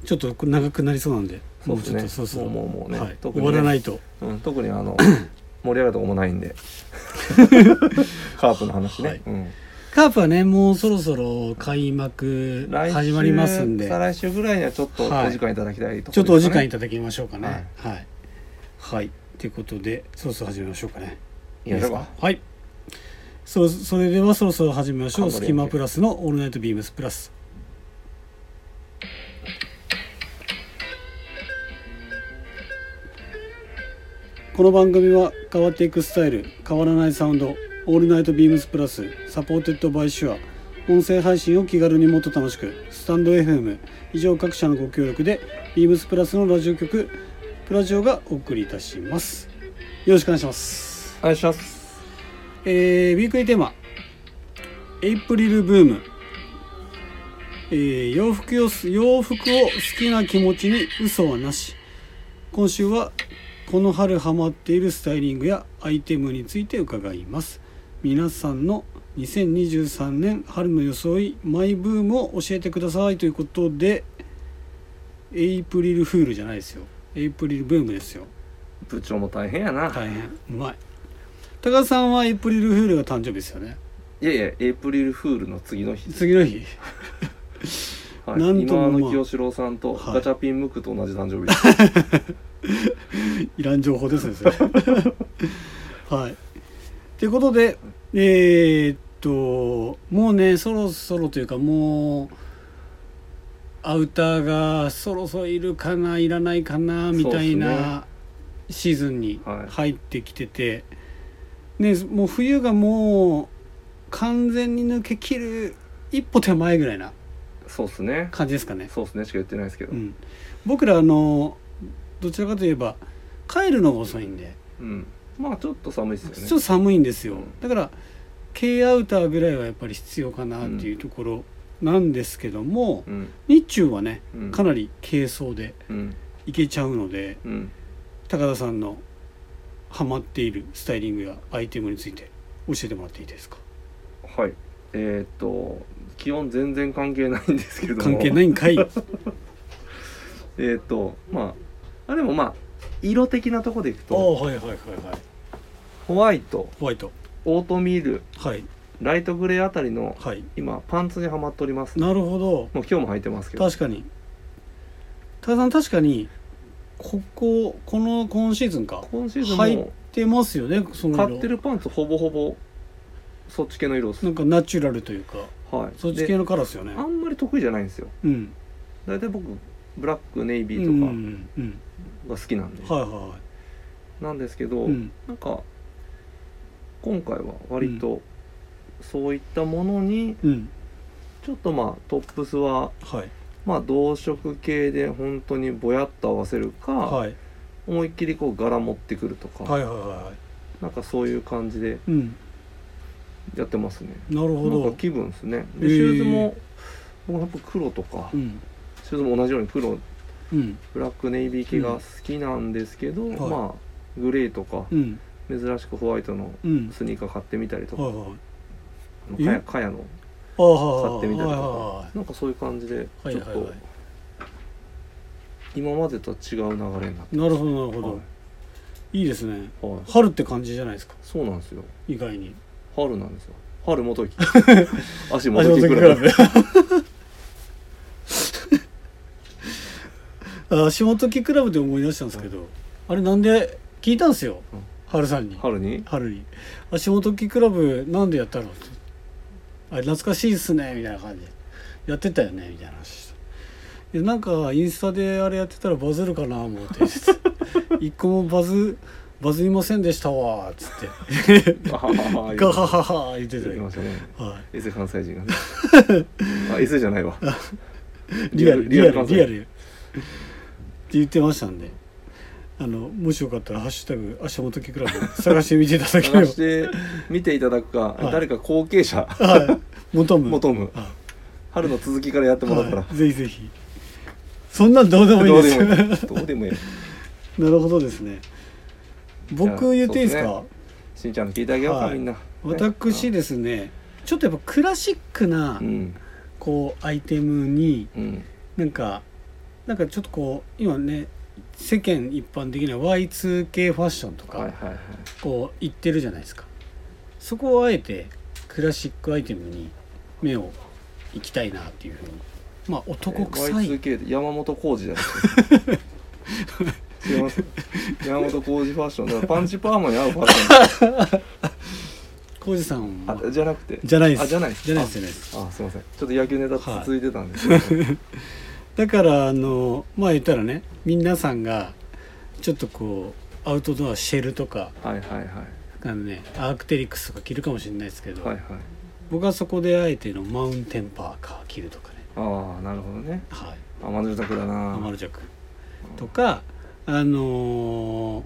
[SPEAKER 1] ちょっとこれ長くなりそうなんで
[SPEAKER 2] そうです
[SPEAKER 1] もう
[SPEAKER 2] ね
[SPEAKER 1] ちょっとそうそう
[SPEAKER 2] もうもうもうね
[SPEAKER 1] はい、
[SPEAKER 2] 特
[SPEAKER 1] 終
[SPEAKER 2] にね
[SPEAKER 1] わらないと
[SPEAKER 2] うん、特にあ の盛り上がるとこもないん でカープの話ね、
[SPEAKER 1] はい
[SPEAKER 2] うん、
[SPEAKER 1] カープはねもうそろそろ開幕
[SPEAKER 2] 来週
[SPEAKER 1] 始まりますんで
[SPEAKER 2] 再来週ぐらいにはちょっとお
[SPEAKER 1] はい
[SPEAKER 2] 時間いただきたいところですかね、
[SPEAKER 1] ちょっとお時間いただきましょうかねはいはいと、い、うことでそろそろ始めましょうかね
[SPEAKER 2] いいです
[SPEAKER 1] いい
[SPEAKER 2] か
[SPEAKER 1] ですかはいそそれではそろそろ始めましょう「
[SPEAKER 2] カンボ
[SPEAKER 1] ス
[SPEAKER 2] リアン
[SPEAKER 1] キマプラス」の「オールナイトビームスプラス」この番組は変わっていくスタイル変わらないサウンド「オールナイトビームスプラス」サポーテッドバイシュア音声配信を気軽にもっと楽しくスタンド FM 以上各社のご協力でビームスプラスのラジオ局プラジオがお送りいたしますよろしくお願いします
[SPEAKER 2] お願いします
[SPEAKER 1] えー、ウィークリーテーマ「エイプリルブーム」えー洋服をす洋服を好きな気持ちに嘘はなし今週はこの春ハマっているスタイリングやアイテムについて伺います皆さんの2023年春の装いマイブームを教えてくださいということでエイプリルフールじゃないですよエイプリルブームですよ
[SPEAKER 2] 部長も大変やな、
[SPEAKER 1] 大変うまい高田さんはエイプリルフールが誕生日ですよね
[SPEAKER 2] い、やいやエイプリルフールの次の日、
[SPEAKER 1] 次の日
[SPEAKER 2] はい、
[SPEAKER 1] なんともまあ
[SPEAKER 2] 今の清志郎さんと
[SPEAKER 1] はい
[SPEAKER 2] ガチャピンムックと同じ誕生日です、 はい
[SPEAKER 1] いらん情報ですねそ れはいということでえーっともうねそろそろというかもうアウターがそろそろいるかないらないかなみたい
[SPEAKER 2] そうっすね
[SPEAKER 1] なシーズンに
[SPEAKER 2] はい
[SPEAKER 1] 入ってきてて、ねもう冬がもう完全に抜けきる一歩手前ぐらいな
[SPEAKER 2] そうっすね
[SPEAKER 1] 感じですかね
[SPEAKER 2] そうっすねしか言ってないですけど
[SPEAKER 1] う、ん、僕らあのどちらかといえば帰るのが遅いんで
[SPEAKER 2] うん、まあちょっと寒いですよ
[SPEAKER 1] ちょ
[SPEAKER 2] ね
[SPEAKER 1] っと寒いんですよ、
[SPEAKER 2] うん
[SPEAKER 1] だから軽アウターぐらいはやっぱり必要かなっていうところなんですけども、
[SPEAKER 2] うん
[SPEAKER 1] 日中はね
[SPEAKER 2] うん
[SPEAKER 1] かなり軽装で
[SPEAKER 2] うん
[SPEAKER 1] いけちゃうので
[SPEAKER 2] うん
[SPEAKER 1] 高田さんのハマっているスタイリングやアイテムについて教えてもらっていいですか
[SPEAKER 2] はいえーっと気温全然関係ないんですけども
[SPEAKER 1] 関係ないん かい
[SPEAKER 2] えーっとまああでもまあ色的なとこでいく
[SPEAKER 1] ああ
[SPEAKER 2] と
[SPEAKER 1] はいはいはいはい
[SPEAKER 2] ホワイト
[SPEAKER 1] ホワイト
[SPEAKER 2] オートミール
[SPEAKER 1] はい
[SPEAKER 2] ライトグレーあたりの
[SPEAKER 1] はい
[SPEAKER 2] 今パンツにはまっておりますもう
[SPEAKER 1] なるほど
[SPEAKER 2] 今日も履いてますけど
[SPEAKER 1] 確かに多田さん確かにこここの今シーズンか
[SPEAKER 2] 今シーズ
[SPEAKER 1] 入
[SPEAKER 2] ン
[SPEAKER 1] ってますよねそ
[SPEAKER 2] も
[SPEAKER 1] の色
[SPEAKER 2] 買ってるパンツほぼほぼそっち系の色です
[SPEAKER 1] なんかナチュラルというか
[SPEAKER 2] はい
[SPEAKER 1] そっち
[SPEAKER 2] で
[SPEAKER 1] 系のカラーですよね
[SPEAKER 2] あんまり得意じゃないんですよ
[SPEAKER 1] うん
[SPEAKER 2] 大体僕ブラックネイビ
[SPEAKER 1] うんう
[SPEAKER 2] ーと
[SPEAKER 1] んうん
[SPEAKER 2] かが好きなんで、
[SPEAKER 1] はいは
[SPEAKER 2] なんですけど、
[SPEAKER 1] いうん
[SPEAKER 2] なんか今回は割とそういったものに
[SPEAKER 1] うん
[SPEAKER 2] ちょっとまあトップスは
[SPEAKER 1] はい
[SPEAKER 2] まあ同色系で本当にぼやっと合わせるか、
[SPEAKER 1] はい
[SPEAKER 2] 思いっきりこう柄持ってくるとか、
[SPEAKER 1] はいはいは
[SPEAKER 2] なんかそういう感じで
[SPEAKER 1] いうん
[SPEAKER 2] やってますね
[SPEAKER 1] なるほ
[SPEAKER 2] なん
[SPEAKER 1] ど
[SPEAKER 2] か気分ですね
[SPEAKER 1] へ
[SPEAKER 2] で
[SPEAKER 1] ー
[SPEAKER 2] シューズも僕やっぱ黒とか、
[SPEAKER 1] うん
[SPEAKER 2] シューズも同じように黒
[SPEAKER 1] うん
[SPEAKER 2] ブラックネイビー系が好きなんですけど、
[SPEAKER 1] い
[SPEAKER 2] まあグレーとか
[SPEAKER 1] うん
[SPEAKER 2] 珍しくホワイトの
[SPEAKER 1] うん
[SPEAKER 2] スニーカー買ってみたりと
[SPEAKER 1] はい
[SPEAKER 2] か、
[SPEAKER 1] はい
[SPEAKER 2] あの
[SPEAKER 1] え
[SPEAKER 2] かやかやの
[SPEAKER 1] ああ
[SPEAKER 2] 買ってみたりとか
[SPEAKER 1] は
[SPEAKER 2] なんかそういう感じで
[SPEAKER 1] いはい
[SPEAKER 2] ちょっ
[SPEAKER 1] はいはい
[SPEAKER 2] と
[SPEAKER 1] は
[SPEAKER 2] 今までとは違う流れになって
[SPEAKER 1] いなるほどなるほ
[SPEAKER 2] は
[SPEAKER 1] どいいですね
[SPEAKER 2] い、はい
[SPEAKER 1] 春って感じじゃないですか
[SPEAKER 2] そうなんですよ
[SPEAKER 1] 意外に
[SPEAKER 2] 春なんですよ春元 木足
[SPEAKER 1] 足
[SPEAKER 2] 元
[SPEAKER 1] 元
[SPEAKER 2] 木
[SPEAKER 1] ク
[SPEAKER 2] ク
[SPEAKER 1] ラ
[SPEAKER 2] ラブ
[SPEAKER 1] ブあ足元木クラブで思い出したんですけど、あれなんで聞いたんですよ、
[SPEAKER 2] うん
[SPEAKER 1] 春さんに
[SPEAKER 2] 春 に
[SPEAKER 1] 春に足元木クラブなんでやったのってあれ懐かしいっすねみたいな感じでやってたよねみたいな話したいやなんかインスタであれやってたらバズるかな思って 一個もバズバズりませんでしたわっつって
[SPEAKER 2] ガハハハ
[SPEAKER 1] ガハハハ言ってた
[SPEAKER 2] 言って
[SPEAKER 1] よ
[SPEAKER 2] ましたね
[SPEAKER 1] はい
[SPEAKER 2] エセ関西人がね あエセじゃないわ
[SPEAKER 1] リアルリアル
[SPEAKER 2] 関西
[SPEAKER 1] リアルって言ってましたんであのもしよかったら「ハッシュタグ足元クラブ」探してみていただけれ
[SPEAKER 2] 探
[SPEAKER 1] ば
[SPEAKER 2] して見ていただくか、
[SPEAKER 1] はい
[SPEAKER 2] 誰か後継者
[SPEAKER 1] はい求む
[SPEAKER 2] 求む
[SPEAKER 1] は
[SPEAKER 2] 春の続きからやって
[SPEAKER 1] い
[SPEAKER 2] もらったら、
[SPEAKER 1] はいぜひぜひそんなんどうでもいいです
[SPEAKER 2] どうでもいいどうでもいい
[SPEAKER 1] なるほどですね僕言っていいです
[SPEAKER 2] じゃあ
[SPEAKER 1] か
[SPEAKER 2] しんちゃんの聞いてあげようか、
[SPEAKER 1] はい
[SPEAKER 2] みんな、ね
[SPEAKER 1] 私ですねちょっとやっぱクラシックな
[SPEAKER 2] うん
[SPEAKER 1] こうアイテムに
[SPEAKER 2] うん
[SPEAKER 1] なんかなんかちょっとこう今ね世間一般的には Y2K ファッションと
[SPEAKER 2] はいはい
[SPEAKER 1] か
[SPEAKER 2] はい
[SPEAKER 1] こう言ってるじゃないですかそこをあえてクラシックアイテムに目を行きたいなっていうふうにまあ男臭い
[SPEAKER 2] Y2K って山本浩 二じゃないですか違います山本浩二ファッションだからパンチパーマに合うファッシ
[SPEAKER 1] 浩二さんは
[SPEAKER 2] ョン あじゃなくて
[SPEAKER 1] じゃないです
[SPEAKER 2] あじゃないです
[SPEAKER 1] じゃないですじゃないです
[SPEAKER 2] あすいませんちょっと野球ネタ続いてたんですけど、
[SPEAKER 1] だからあのまあ言ったらね皆さんがちょっとこうアウトドアシェルとか
[SPEAKER 2] はい、はいはい
[SPEAKER 1] あのねアークテリクスとか着るかもしれないですけど、
[SPEAKER 2] はいはい
[SPEAKER 1] 僕はそこであえてのマウンテンパーカー着るとかね
[SPEAKER 2] ああなるほどね
[SPEAKER 1] はい
[SPEAKER 2] 甘住宅だな
[SPEAKER 1] アマルジャクとかあのー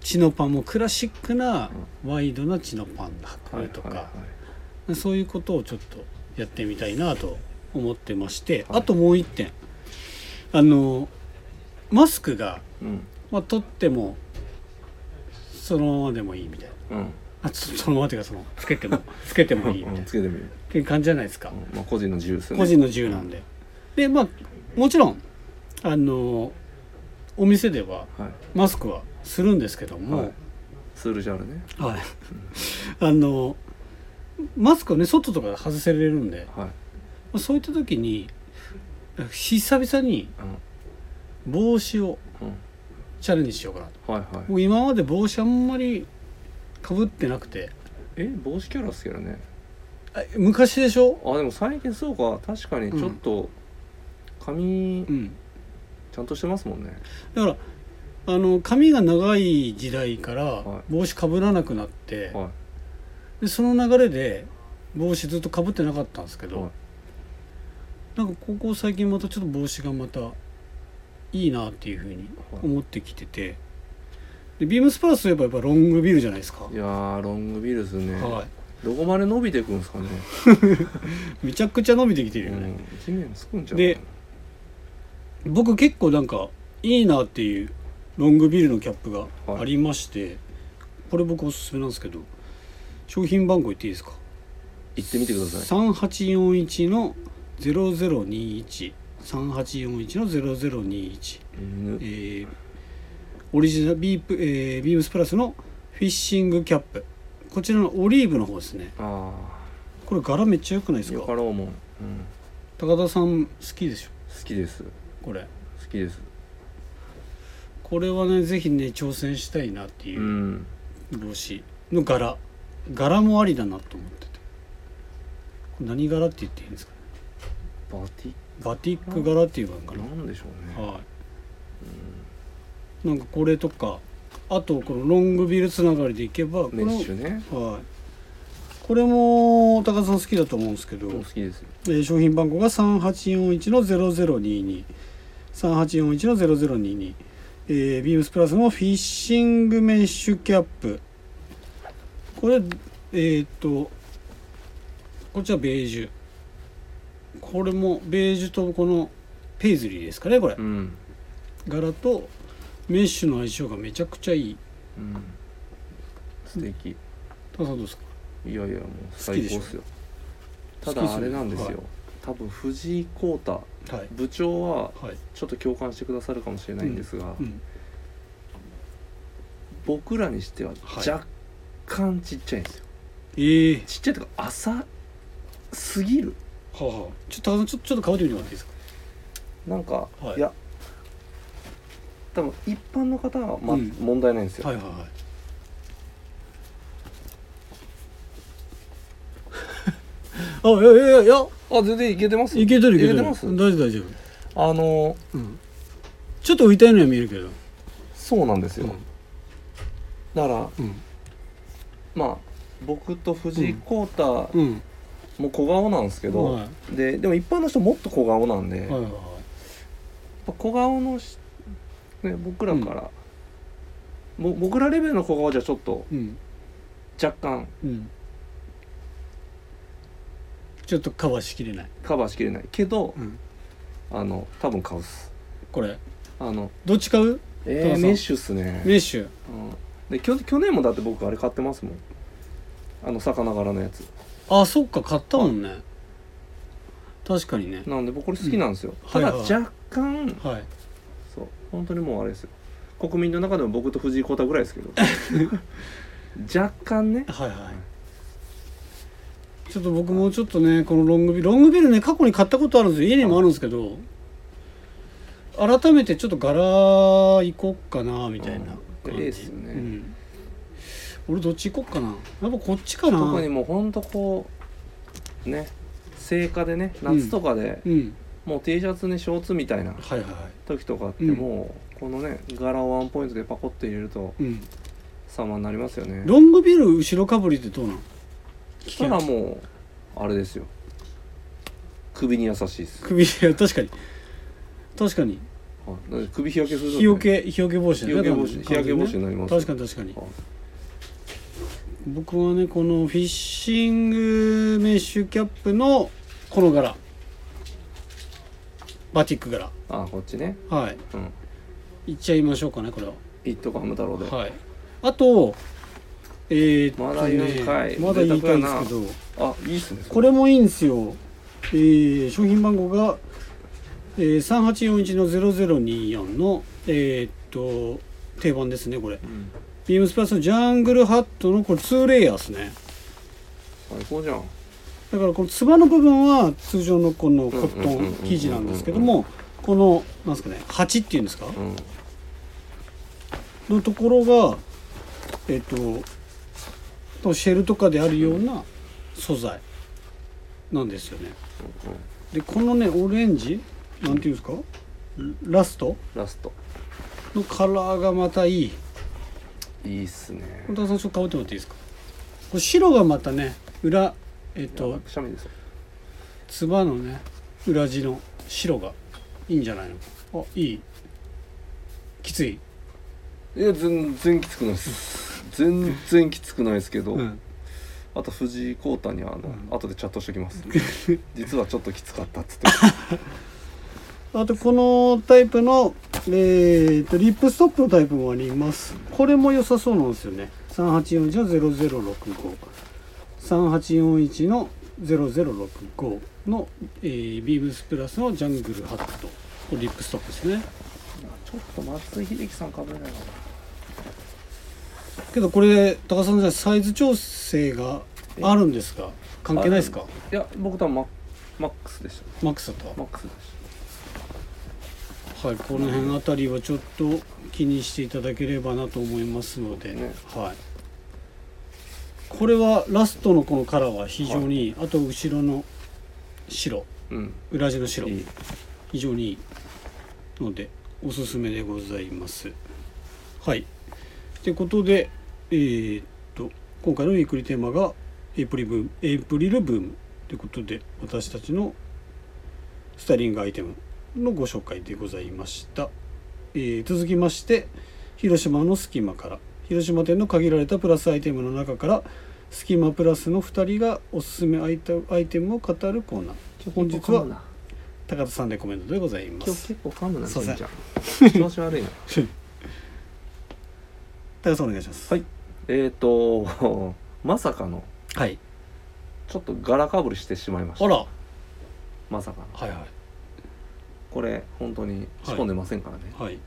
[SPEAKER 1] チノパンもクラシックなワイドなチノパンの
[SPEAKER 2] は
[SPEAKER 1] 白
[SPEAKER 2] い
[SPEAKER 1] 衣と
[SPEAKER 2] はいは
[SPEAKER 1] かそういうことをちょっとやってみたいなと思ってまして
[SPEAKER 2] はい
[SPEAKER 1] あともう一点あのーマスクが
[SPEAKER 2] いうん
[SPEAKER 1] まあ、取ってもそのままでもいいみたいな
[SPEAKER 2] うん
[SPEAKER 1] あそそのままというかそのつけてもつけてもいいみたいな
[SPEAKER 2] うん
[SPEAKER 1] っ
[SPEAKER 2] つけてみる、
[SPEAKER 1] ていう感じじゃないですか
[SPEAKER 2] うんまあ、個人の自由ですよね
[SPEAKER 1] 個人の自由なんででまあもちろんあのお店では
[SPEAKER 2] はい
[SPEAKER 1] マスクはするんですけども、
[SPEAKER 2] はいスールジャールね
[SPEAKER 1] はい あのマスクをね外とかで外せれるんで
[SPEAKER 2] はい
[SPEAKER 1] まあそういった時に久々に
[SPEAKER 2] う
[SPEAKER 1] 帽子を
[SPEAKER 2] んうん
[SPEAKER 1] チャレンジしようかなと
[SPEAKER 2] はいはい
[SPEAKER 1] もう今まで帽子あんまりかぶってなくて
[SPEAKER 2] え帽子キャラっすけどね
[SPEAKER 1] あ昔でしょ
[SPEAKER 2] あでも最近そうか確かにちょっと髪
[SPEAKER 1] うん、
[SPEAKER 2] ちゃんとしてますもんね、
[SPEAKER 1] だからあの髪が長い時代から
[SPEAKER 2] は
[SPEAKER 1] 帽子かぶらなくなって、
[SPEAKER 2] はい
[SPEAKER 1] でその流れで帽子ずっとかぶってなかったんですけど、
[SPEAKER 2] はい
[SPEAKER 1] なんかここ最近またちょっと帽子がまたいいなっていうふうに思ってきててでビームスプラスといえばやっぱロングビルじゃないですか、
[SPEAKER 2] いやーロングビールですね、
[SPEAKER 1] は
[SPEAKER 2] どこまで伸びていくんですかね、
[SPEAKER 1] い、めちゃくちゃ伸びてきて
[SPEAKER 2] う
[SPEAKER 1] るよね、
[SPEAKER 2] ん、地面つくんちゃう
[SPEAKER 1] で
[SPEAKER 2] か
[SPEAKER 1] 僕結構なんかいいなっていうロングビルのキャップがありまして、これ僕おすすめなんですけど商品番号言っていいですか
[SPEAKER 2] な行ってみてください
[SPEAKER 1] 3841の0021 3841の0021、
[SPEAKER 2] うん
[SPEAKER 1] えーオリジナルビープ、えービームスプラスのフィッシングキャップこちらのオリーブの方ですね
[SPEAKER 2] あ
[SPEAKER 1] これ柄めっちゃ良くないで
[SPEAKER 2] あ
[SPEAKER 1] す
[SPEAKER 2] よ
[SPEAKER 1] か
[SPEAKER 2] かろうもん、うん、
[SPEAKER 1] 高田さん好きでしょ
[SPEAKER 2] 好きです好
[SPEAKER 1] これ
[SPEAKER 2] きです
[SPEAKER 1] これはねぜひね挑戦したいなっていううん帽子の柄柄もありだなと思っててこれ何柄って言っていいんですかね
[SPEAKER 2] バティッ
[SPEAKER 1] バティック柄っていうのか
[SPEAKER 2] ク
[SPEAKER 1] な
[SPEAKER 2] なんでしょうね
[SPEAKER 1] はい、なんかこれとかあとこのロングビルつながりでいけばこ
[SPEAKER 2] メ
[SPEAKER 1] れ,、
[SPEAKER 2] ッシュね
[SPEAKER 1] はい、これも高田さん好きだと思うんですけど、
[SPEAKER 2] もう好きですよ
[SPEAKER 1] えー商品番号が3841の00223841の0022、えー、ビームスプラスのフィッシングメッシュキャップこれえーっとこっちはベージュこれもベージュとこのペイズリーですかねこれ
[SPEAKER 2] うん、
[SPEAKER 1] 柄とメッシュの相性がめちゃくちゃいい
[SPEAKER 2] うん、素敵、
[SPEAKER 1] 高田さんどうですか
[SPEAKER 2] いやいやもう最高っすよ
[SPEAKER 1] 好
[SPEAKER 2] た
[SPEAKER 1] きでしょ
[SPEAKER 2] だあれなんですよ、
[SPEAKER 1] はい
[SPEAKER 2] 多分藤井耕太
[SPEAKER 1] はい
[SPEAKER 2] 部長は
[SPEAKER 1] はい、
[SPEAKER 2] ちょっと共感してくださるかもしれないんですが、
[SPEAKER 1] うん、
[SPEAKER 2] 僕らにしては
[SPEAKER 1] はい
[SPEAKER 2] 若干ちっちゃいんですよ、
[SPEAKER 1] ええ
[SPEAKER 2] ちっちゃいというか浅すぎる
[SPEAKER 1] はあ、はあ、ちょっと高田さんちょちょっと被ってみてもらっていいですか
[SPEAKER 2] なんか、
[SPEAKER 1] はい
[SPEAKER 2] い、や多分一般の方は、ま
[SPEAKER 1] うん
[SPEAKER 2] 問題ないんですよ、
[SPEAKER 1] はいはいはいあいやいやいや
[SPEAKER 2] あ全然いけてます
[SPEAKER 1] いけてるいけてる
[SPEAKER 2] いけて
[SPEAKER 1] 大
[SPEAKER 2] ます
[SPEAKER 1] 丈夫大丈夫、
[SPEAKER 2] あの
[SPEAKER 1] うん、ちょっと浮いたようには見えるけど、
[SPEAKER 2] そうなんですよ、だから
[SPEAKER 1] うん
[SPEAKER 2] まあ僕と藤井耕太
[SPEAKER 1] うんうん
[SPEAKER 2] も小顔なんですけど、
[SPEAKER 1] はい
[SPEAKER 2] ででも一般の人もっと小顔なんで、
[SPEAKER 1] はいはい
[SPEAKER 2] やっぱ小顔のし、ね、僕らからぼ僕らレベルの子がじゃあちょっと
[SPEAKER 1] うん
[SPEAKER 2] 若干
[SPEAKER 1] うんちょっとカバーしきれない、
[SPEAKER 2] カバーしきれないけど
[SPEAKER 1] うん、
[SPEAKER 2] あの多分買うっす
[SPEAKER 1] これ
[SPEAKER 2] あの
[SPEAKER 1] どっち買う父
[SPEAKER 2] えー、
[SPEAKER 1] さん
[SPEAKER 2] メッシュっすね
[SPEAKER 1] メッシュ
[SPEAKER 2] うんで去去年もだって僕あれ買ってますもんあの魚柄のやつ
[SPEAKER 1] あそっか買ったもんね確かにね
[SPEAKER 2] なんで僕これ好きなんですよ、
[SPEAKER 1] ん
[SPEAKER 2] ただ
[SPEAKER 1] はいはい
[SPEAKER 2] 若干、
[SPEAKER 1] はい
[SPEAKER 2] そう本当にもうあれですよ国民の中でも僕と藤井聡太ぐらいですけ ど若干ね
[SPEAKER 1] はいはいちょっと僕もちょっとねこのロングビルロングビルね過去に買ったことあるんですよ家にもあるんですけど改めてちょっと柄行こっかなみたいな
[SPEAKER 2] うん
[SPEAKER 1] 感じ
[SPEAKER 2] いいっすね
[SPEAKER 1] うん俺どっち行こっかなやっぱこっちかな
[SPEAKER 2] 特にもうほんとこうね成果でね夏とかで、
[SPEAKER 1] うん
[SPEAKER 2] もう T シャツにショーツみたいな
[SPEAKER 1] はいはいは
[SPEAKER 2] 時とかって
[SPEAKER 1] うん
[SPEAKER 2] もう、このね柄をワンポイントでパコッと入れると
[SPEAKER 1] い、うん、
[SPEAKER 2] 様になりますよね
[SPEAKER 1] ロングビル後ろかぶりってどうなの
[SPEAKER 2] そしたらもうあれですよ首に優しいです、
[SPEAKER 1] 首いや確かに確かに
[SPEAKER 2] はいだって首日焼けするとね
[SPEAKER 1] 日よけ日よけ防止だ
[SPEAKER 2] 日
[SPEAKER 1] ね
[SPEAKER 2] 焼け防止
[SPEAKER 1] 多分
[SPEAKER 2] 日焼け防止になります
[SPEAKER 1] 確かに確かに
[SPEAKER 2] はい
[SPEAKER 1] 僕はねこのフィッシングメッシュキャップのこの柄バティック柄
[SPEAKER 2] あこっちね
[SPEAKER 1] はい
[SPEAKER 2] うん
[SPEAKER 1] いっちゃいましょうかねこれは
[SPEAKER 2] 「イットコハム太郎で」
[SPEAKER 1] はいあとえー、っとね
[SPEAKER 2] まだ言うんかい
[SPEAKER 1] まだ言いたいんですけ
[SPEAKER 2] 贅
[SPEAKER 1] ど
[SPEAKER 2] あいいっすね
[SPEAKER 1] これもいいんですよえー、商品番号が、えー、3841の0024のえー、っと定番ですねこれ
[SPEAKER 2] うん
[SPEAKER 1] ビームスプラスのジャングルハットのこれ2レイヤーですね
[SPEAKER 2] 最高じゃん
[SPEAKER 1] だからこのつばの部分は通常のこのコット
[SPEAKER 2] うんうんうんうん
[SPEAKER 1] ン
[SPEAKER 2] うん
[SPEAKER 1] 生地なんですけどもこのなんですかね鉢っていうんですか
[SPEAKER 2] うん
[SPEAKER 1] のところがえっととシェルとかであるような素材なんですよねでこのねオレンジなんていうんですかラスト
[SPEAKER 2] ラスト
[SPEAKER 1] のカラーがまたいい
[SPEAKER 2] いいっすね
[SPEAKER 1] 本田さんちょっとかぶってもらっていいですかこれ白がまたね裏えっと
[SPEAKER 2] とくしゃみですよ
[SPEAKER 1] つばのね裏地の白がいいんじゃないのあいいきつい、
[SPEAKER 2] いや全然きつくないっす全然きつくないですけど、
[SPEAKER 1] うん、
[SPEAKER 2] あと藤井耕太にあの、
[SPEAKER 1] ん
[SPEAKER 2] 後でチャットしておきます 実はちょっときつかったっつって
[SPEAKER 1] あとこのタイプのえー、とリップストップのタイプもありますこれも良さそうなんですよね3841の00653841の0065の、えービームスプラスのジャングルハットこれリップストップですね
[SPEAKER 2] ちょっと松井秀喜さんかぶれないか
[SPEAKER 1] けどこれ高田さんじゃサイズ調整があるんですか関係ないですか
[SPEAKER 2] ないや僕多分ママックスでした
[SPEAKER 1] マックスだと
[SPEAKER 2] マックスでし
[SPEAKER 1] はい、この辺あたりはちょっと気にしていただければなと思いますので、
[SPEAKER 2] ね
[SPEAKER 1] はい、これはラストのこのカラーは非常にいい、あと後ろの白
[SPEAKER 2] たうん
[SPEAKER 1] 裏地の白
[SPEAKER 2] いい
[SPEAKER 1] 非常にいいのでおすすめでございますはいということでえーっと今回のウィークリーテーマがエイプリブームエイプリルブームということで私たちのスタイリングアイテムのご紹介でございました、えー続きまして広島の隙間から広島店の限られたプラスアイテムの中からスキマプラスの2人がおすすめアイテアイテムを語るコーナー本日は高田さんレコメンドでございま
[SPEAKER 2] 今日
[SPEAKER 1] す
[SPEAKER 2] 結構噛むな
[SPEAKER 1] すい
[SPEAKER 2] じ
[SPEAKER 1] ま
[SPEAKER 2] ん
[SPEAKER 1] せ
[SPEAKER 2] ち
[SPEAKER 1] ん
[SPEAKER 2] ゃ ん調子悪いな
[SPEAKER 1] 高田さんお願いします
[SPEAKER 2] はいえっ、と まさかの
[SPEAKER 1] はい
[SPEAKER 2] ちょっと柄かぶりしてしまいま
[SPEAKER 1] あ
[SPEAKER 2] した
[SPEAKER 1] らは
[SPEAKER 2] まさかの
[SPEAKER 1] いは
[SPEAKER 2] これ本当に仕込んでませんからね、
[SPEAKER 1] いはい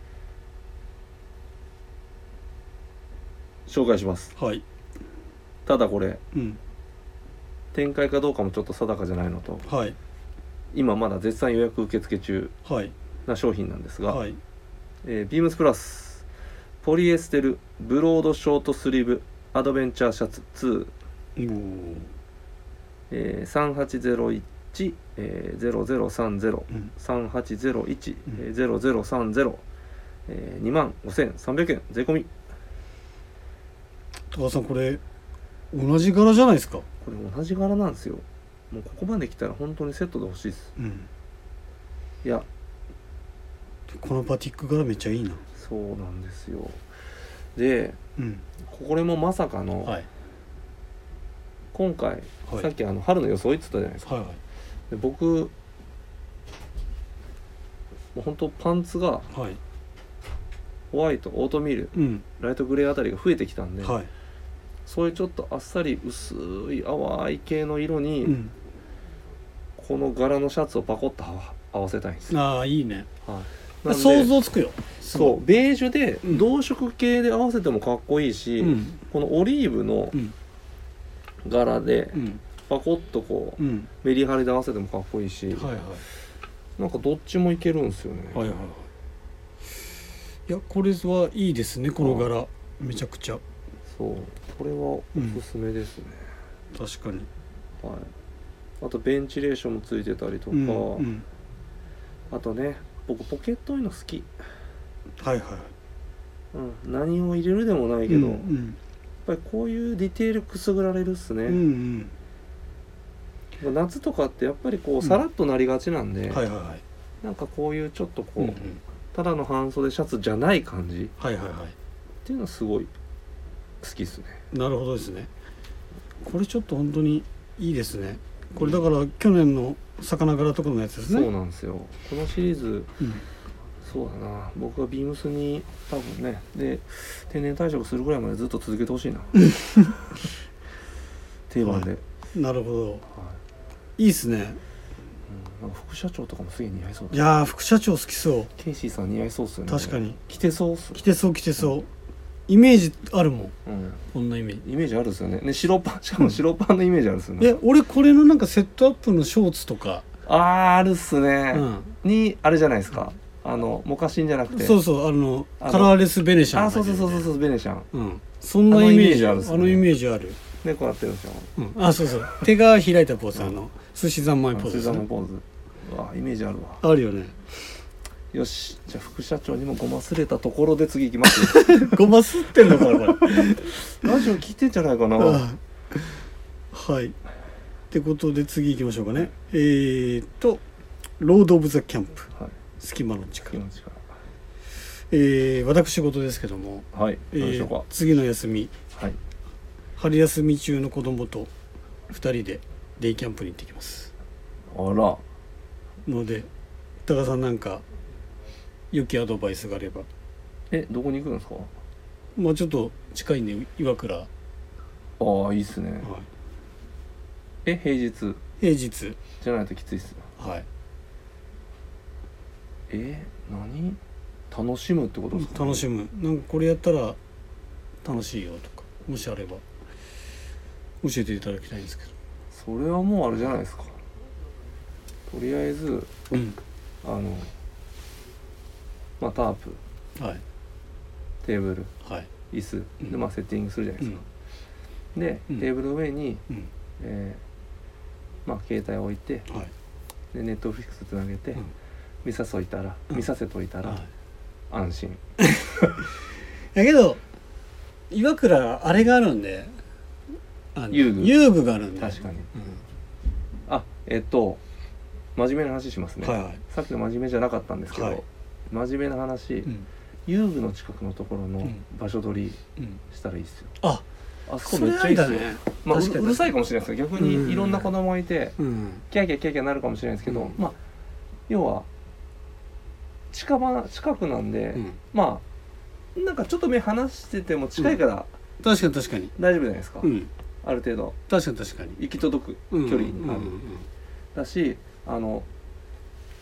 [SPEAKER 2] 紹介します
[SPEAKER 1] はい
[SPEAKER 2] ただこれ
[SPEAKER 1] うん
[SPEAKER 2] 展開かどうかもちょっと定かじゃないのと
[SPEAKER 1] はい
[SPEAKER 2] 今まだ絶賛予約受付中
[SPEAKER 1] はい
[SPEAKER 2] な商品なんですが、
[SPEAKER 1] はい
[SPEAKER 2] えービームスプラスポリエステルブロードショートスリーブアドベンチャーシャツ2、
[SPEAKER 1] おー
[SPEAKER 2] えー、3801えー0030
[SPEAKER 1] うん
[SPEAKER 2] 3801えー0030えー2万5300円税込み
[SPEAKER 1] 高田さんこれ同じ柄じゃないですか
[SPEAKER 2] これ同じ柄なんですよもうここまで来たら本当にセットで欲しいです
[SPEAKER 1] うん
[SPEAKER 2] いや
[SPEAKER 1] このバティック柄めっちゃいいな
[SPEAKER 2] そうなんですよで
[SPEAKER 1] うん
[SPEAKER 2] これもまさかの、
[SPEAKER 1] はい
[SPEAKER 2] 今回、
[SPEAKER 1] はい
[SPEAKER 2] さっきあの春の装いって言ったじゃないですか
[SPEAKER 1] はいはい
[SPEAKER 2] で僕もう本当パンツが
[SPEAKER 1] はい
[SPEAKER 2] ホワイトオートミール
[SPEAKER 1] うん
[SPEAKER 2] ライトグレーあたりが増えてきたんで、
[SPEAKER 1] はい
[SPEAKER 2] そういうちょっとあっさり薄い淡い系の色に、
[SPEAKER 1] うん
[SPEAKER 2] この柄のシャツをパコッとは合わせたいんですよ、
[SPEAKER 1] ああいいね
[SPEAKER 2] はい、なんで
[SPEAKER 1] 想像つくよ
[SPEAKER 2] そうベージュで
[SPEAKER 1] うん
[SPEAKER 2] 同色系で合わせてもかっこいいし、
[SPEAKER 1] うん
[SPEAKER 2] このオリーブの
[SPEAKER 1] うん
[SPEAKER 2] 柄で
[SPEAKER 1] うん
[SPEAKER 2] パコッとこう
[SPEAKER 1] うん
[SPEAKER 2] メリハリで合わせてもかっこいいし、
[SPEAKER 1] はいはい
[SPEAKER 2] なんかどっちもいけるんですよね、
[SPEAKER 1] はいはいはいいやこれはいいですねこの柄めちゃくちゃ
[SPEAKER 2] そうこれはおすすめですね、
[SPEAKER 1] 確かに
[SPEAKER 2] はいあとベンチレーションもついてたりとか、
[SPEAKER 1] うんうん
[SPEAKER 2] あとね僕ポケット多いの好き、
[SPEAKER 1] はいはい
[SPEAKER 2] うん、何を入れるでもないけ
[SPEAKER 1] う
[SPEAKER 2] ど、やっ
[SPEAKER 1] ん
[SPEAKER 2] ぱりこういうディテールくすぐられるっす
[SPEAKER 1] うんうん
[SPEAKER 2] ね、
[SPEAKER 1] うん
[SPEAKER 2] 夏とかってやっぱりこ
[SPEAKER 1] ん
[SPEAKER 2] うさらっとなりがちなんで、
[SPEAKER 1] はいはいはい
[SPEAKER 2] なんかこういうちょっとこう、
[SPEAKER 1] うんうん
[SPEAKER 2] ただの半袖シャツじゃない感じ
[SPEAKER 1] はいはいはい
[SPEAKER 2] っていうのはすごい好きっすね
[SPEAKER 1] なるほどですねこれちょっと本当にいいですねこれだから去年の魚柄とかのやつですね
[SPEAKER 2] そうなんですよこのシリーズ
[SPEAKER 1] うん
[SPEAKER 2] そうだな僕はビームスに多分ねで定年退職するぐらいまでずっと続けてほ しいな定番で、はい
[SPEAKER 1] なるほどいいですね
[SPEAKER 2] うん、なんか副社長とかもすげえ似合いそう
[SPEAKER 1] い
[SPEAKER 2] だ
[SPEAKER 1] やー副社長好きそう
[SPEAKER 2] ケイシーさん似合いそうっすよね
[SPEAKER 1] 確かに
[SPEAKER 2] 着てそうっす
[SPEAKER 1] 着てそう着てそうイメージあるもん
[SPEAKER 2] うん
[SPEAKER 1] こんなイメージ
[SPEAKER 2] イメージあるっすよねね白パンしかも白パンのイメージあるっすよね
[SPEAKER 1] え俺これのなんかセットアップのショーツとか、
[SPEAKER 2] あーあるっすね、
[SPEAKER 1] うん、
[SPEAKER 2] にあれじゃないですかあのモカシンじゃなくて
[SPEAKER 1] そうそうあの
[SPEAKER 2] あの
[SPEAKER 1] カラーレスベネシャン
[SPEAKER 2] あそうそうそうそううそうベネシャン
[SPEAKER 1] う、うん、そんなイメージあ
[SPEAKER 2] あのイメージある
[SPEAKER 1] る
[SPEAKER 2] っす
[SPEAKER 1] あの
[SPEAKER 2] ね
[SPEAKER 1] イメージある、
[SPEAKER 2] でこうやってるでしょ
[SPEAKER 1] うん、あそうそう手が開いたポーズあの寿司三昧ポーズ
[SPEAKER 2] ス
[SPEAKER 1] です
[SPEAKER 2] ザンの
[SPEAKER 1] ね
[SPEAKER 2] ポーズうわイメージあるわ
[SPEAKER 1] あるよね
[SPEAKER 2] よしじゃあ副社長にもごますれたところで次行きます
[SPEAKER 1] ごますってんのかなこ れ
[SPEAKER 2] ラジオ聞いてんじゃないかなは
[SPEAKER 1] あはいってことで次行きましょうかねえー、っと「ロード・オブ・ザ・キャンプ
[SPEAKER 2] い
[SPEAKER 1] 隙間の力
[SPEAKER 2] 気持ちが」
[SPEAKER 1] えー、私事ですけども、
[SPEAKER 2] はい
[SPEAKER 1] え
[SPEAKER 2] どうでしょ
[SPEAKER 1] ー
[SPEAKER 2] う、
[SPEAKER 1] 次の休み
[SPEAKER 2] かはい
[SPEAKER 1] 春休み中の子供と2人でデイキャンプに行ってきます
[SPEAKER 2] あら
[SPEAKER 1] ので多賀さんなんか良きアドバイスがあれば
[SPEAKER 2] えどこに行くんですか
[SPEAKER 1] まあちょっと近いね岩倉、は
[SPEAKER 2] ああいいっすねえ平日
[SPEAKER 1] い、平日
[SPEAKER 2] じゃないときついっす
[SPEAKER 1] はい
[SPEAKER 2] え何楽しむってことですか、
[SPEAKER 1] 楽しむなんかこれやったら楽しいよとかもしあれば教えていただきたいんですけ
[SPEAKER 2] それはもうあれじゃないですかとりあえず
[SPEAKER 1] どうん
[SPEAKER 2] あのまあタープ
[SPEAKER 1] はい
[SPEAKER 2] テーブル
[SPEAKER 1] はい
[SPEAKER 2] 椅子
[SPEAKER 1] うん
[SPEAKER 2] で、まあ、セッティングするじゃないうです
[SPEAKER 1] ん
[SPEAKER 2] か、で、
[SPEAKER 1] うん
[SPEAKER 2] テーブルの上に、
[SPEAKER 1] うん
[SPEAKER 2] えーまあ、携帯を置いて
[SPEAKER 1] はい
[SPEAKER 2] でネットフリックスつなげて、
[SPEAKER 1] うん
[SPEAKER 2] 見さそいたら、
[SPEAKER 1] うん
[SPEAKER 2] 見させといたら、
[SPEAKER 1] はい
[SPEAKER 2] 安心
[SPEAKER 1] やけど岩倉あれがあるんであの
[SPEAKER 2] 遊具
[SPEAKER 1] 遊具があるんで
[SPEAKER 2] 確かに
[SPEAKER 1] に、
[SPEAKER 2] あえっと真面目な話します
[SPEAKER 1] うん
[SPEAKER 2] ね、
[SPEAKER 1] はいはい
[SPEAKER 2] さっきの真面目じゃなかったんですけど、
[SPEAKER 1] はい
[SPEAKER 2] 真面目な話、
[SPEAKER 1] うん
[SPEAKER 2] 遊具の近くのところ
[SPEAKER 1] う
[SPEAKER 2] の
[SPEAKER 1] ん
[SPEAKER 2] 場所取り
[SPEAKER 1] うん
[SPEAKER 2] したらいいっすよ
[SPEAKER 1] あ
[SPEAKER 2] あそ
[SPEAKER 1] そ
[SPEAKER 2] こめ
[SPEAKER 1] れ
[SPEAKER 2] っち
[SPEAKER 1] あ
[SPEAKER 2] ゃ
[SPEAKER 1] り
[SPEAKER 2] いいっ
[SPEAKER 1] だ
[SPEAKER 2] すよ、
[SPEAKER 1] ね
[SPEAKER 2] まあ、う
[SPEAKER 1] 確かに
[SPEAKER 2] うるさいかもしれないですけど逆
[SPEAKER 1] うん
[SPEAKER 2] にいろんな子供がいて、
[SPEAKER 1] うん
[SPEAKER 2] キャーキャーキャーキャーなるかもしれないですけど、
[SPEAKER 1] うん
[SPEAKER 2] まあ要は近場近くなんで、
[SPEAKER 1] うん
[SPEAKER 2] まあなんかちょっと目離してても近いから
[SPEAKER 1] 確かに確かに
[SPEAKER 2] 大丈夫じゃないですか、
[SPEAKER 1] うん
[SPEAKER 2] ある程度
[SPEAKER 1] 確かに確かに
[SPEAKER 2] 行き届く
[SPEAKER 1] うん
[SPEAKER 2] 距離に
[SPEAKER 1] うん
[SPEAKER 2] あ
[SPEAKER 1] う
[SPEAKER 2] る、
[SPEAKER 1] ん
[SPEAKER 2] だしあの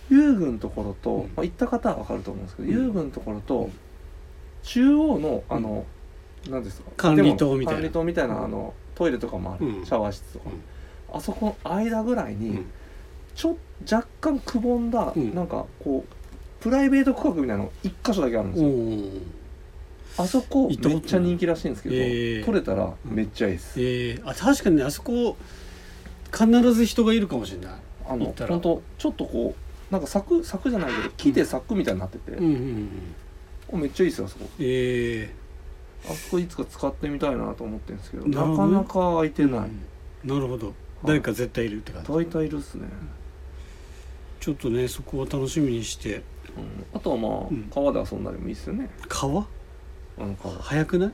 [SPEAKER 2] 遊具のところと、
[SPEAKER 1] うん
[SPEAKER 2] まあ、行った方は分かると思うんですけど、
[SPEAKER 1] うん
[SPEAKER 2] 遊具のところと中央のあの、なんですか
[SPEAKER 1] 管理棟みたいな
[SPEAKER 2] 管理棟みたいなあのトイレとかもある、
[SPEAKER 1] うん
[SPEAKER 2] シャワー室とか、
[SPEAKER 1] うん
[SPEAKER 2] あそこの間ぐらいに、
[SPEAKER 1] うん
[SPEAKER 2] ちょ若干くぼんだ、
[SPEAKER 1] うん
[SPEAKER 2] なんかこうプライベート区画みたいなの一箇所だけあるんですよ、
[SPEAKER 1] おー
[SPEAKER 2] あそこ
[SPEAKER 1] 行ったことない
[SPEAKER 2] めっちゃ人気らしいんですけど、
[SPEAKER 1] へー
[SPEAKER 2] 取れたらめっちゃいいです、
[SPEAKER 1] えー、あ確かにねあそこ必ず人がいるかもしれない
[SPEAKER 2] あ
[SPEAKER 1] 行
[SPEAKER 2] の
[SPEAKER 1] ったら
[SPEAKER 2] 本当ちょっとこうなんか柵柵じゃないけど木で柵みたいになってて、
[SPEAKER 1] うんうんうん
[SPEAKER 2] おめっちゃいいですよあそこ
[SPEAKER 1] え
[SPEAKER 2] あそこいつか使ってみたいなと思ってるんですけど
[SPEAKER 1] な
[SPEAKER 2] な
[SPEAKER 1] るほ
[SPEAKER 2] か
[SPEAKER 1] ど
[SPEAKER 2] なか空いて
[SPEAKER 1] ー、
[SPEAKER 2] ない、
[SPEAKER 1] うんなるほど誰か絶対いるって感じ、
[SPEAKER 2] 大体いるっすね、
[SPEAKER 1] ちょっとねそこを楽しみにして
[SPEAKER 2] うんあとはまあ、
[SPEAKER 1] うん
[SPEAKER 2] 川で遊んだりもいいっすよね
[SPEAKER 1] 川
[SPEAKER 2] あの顔
[SPEAKER 1] 早くない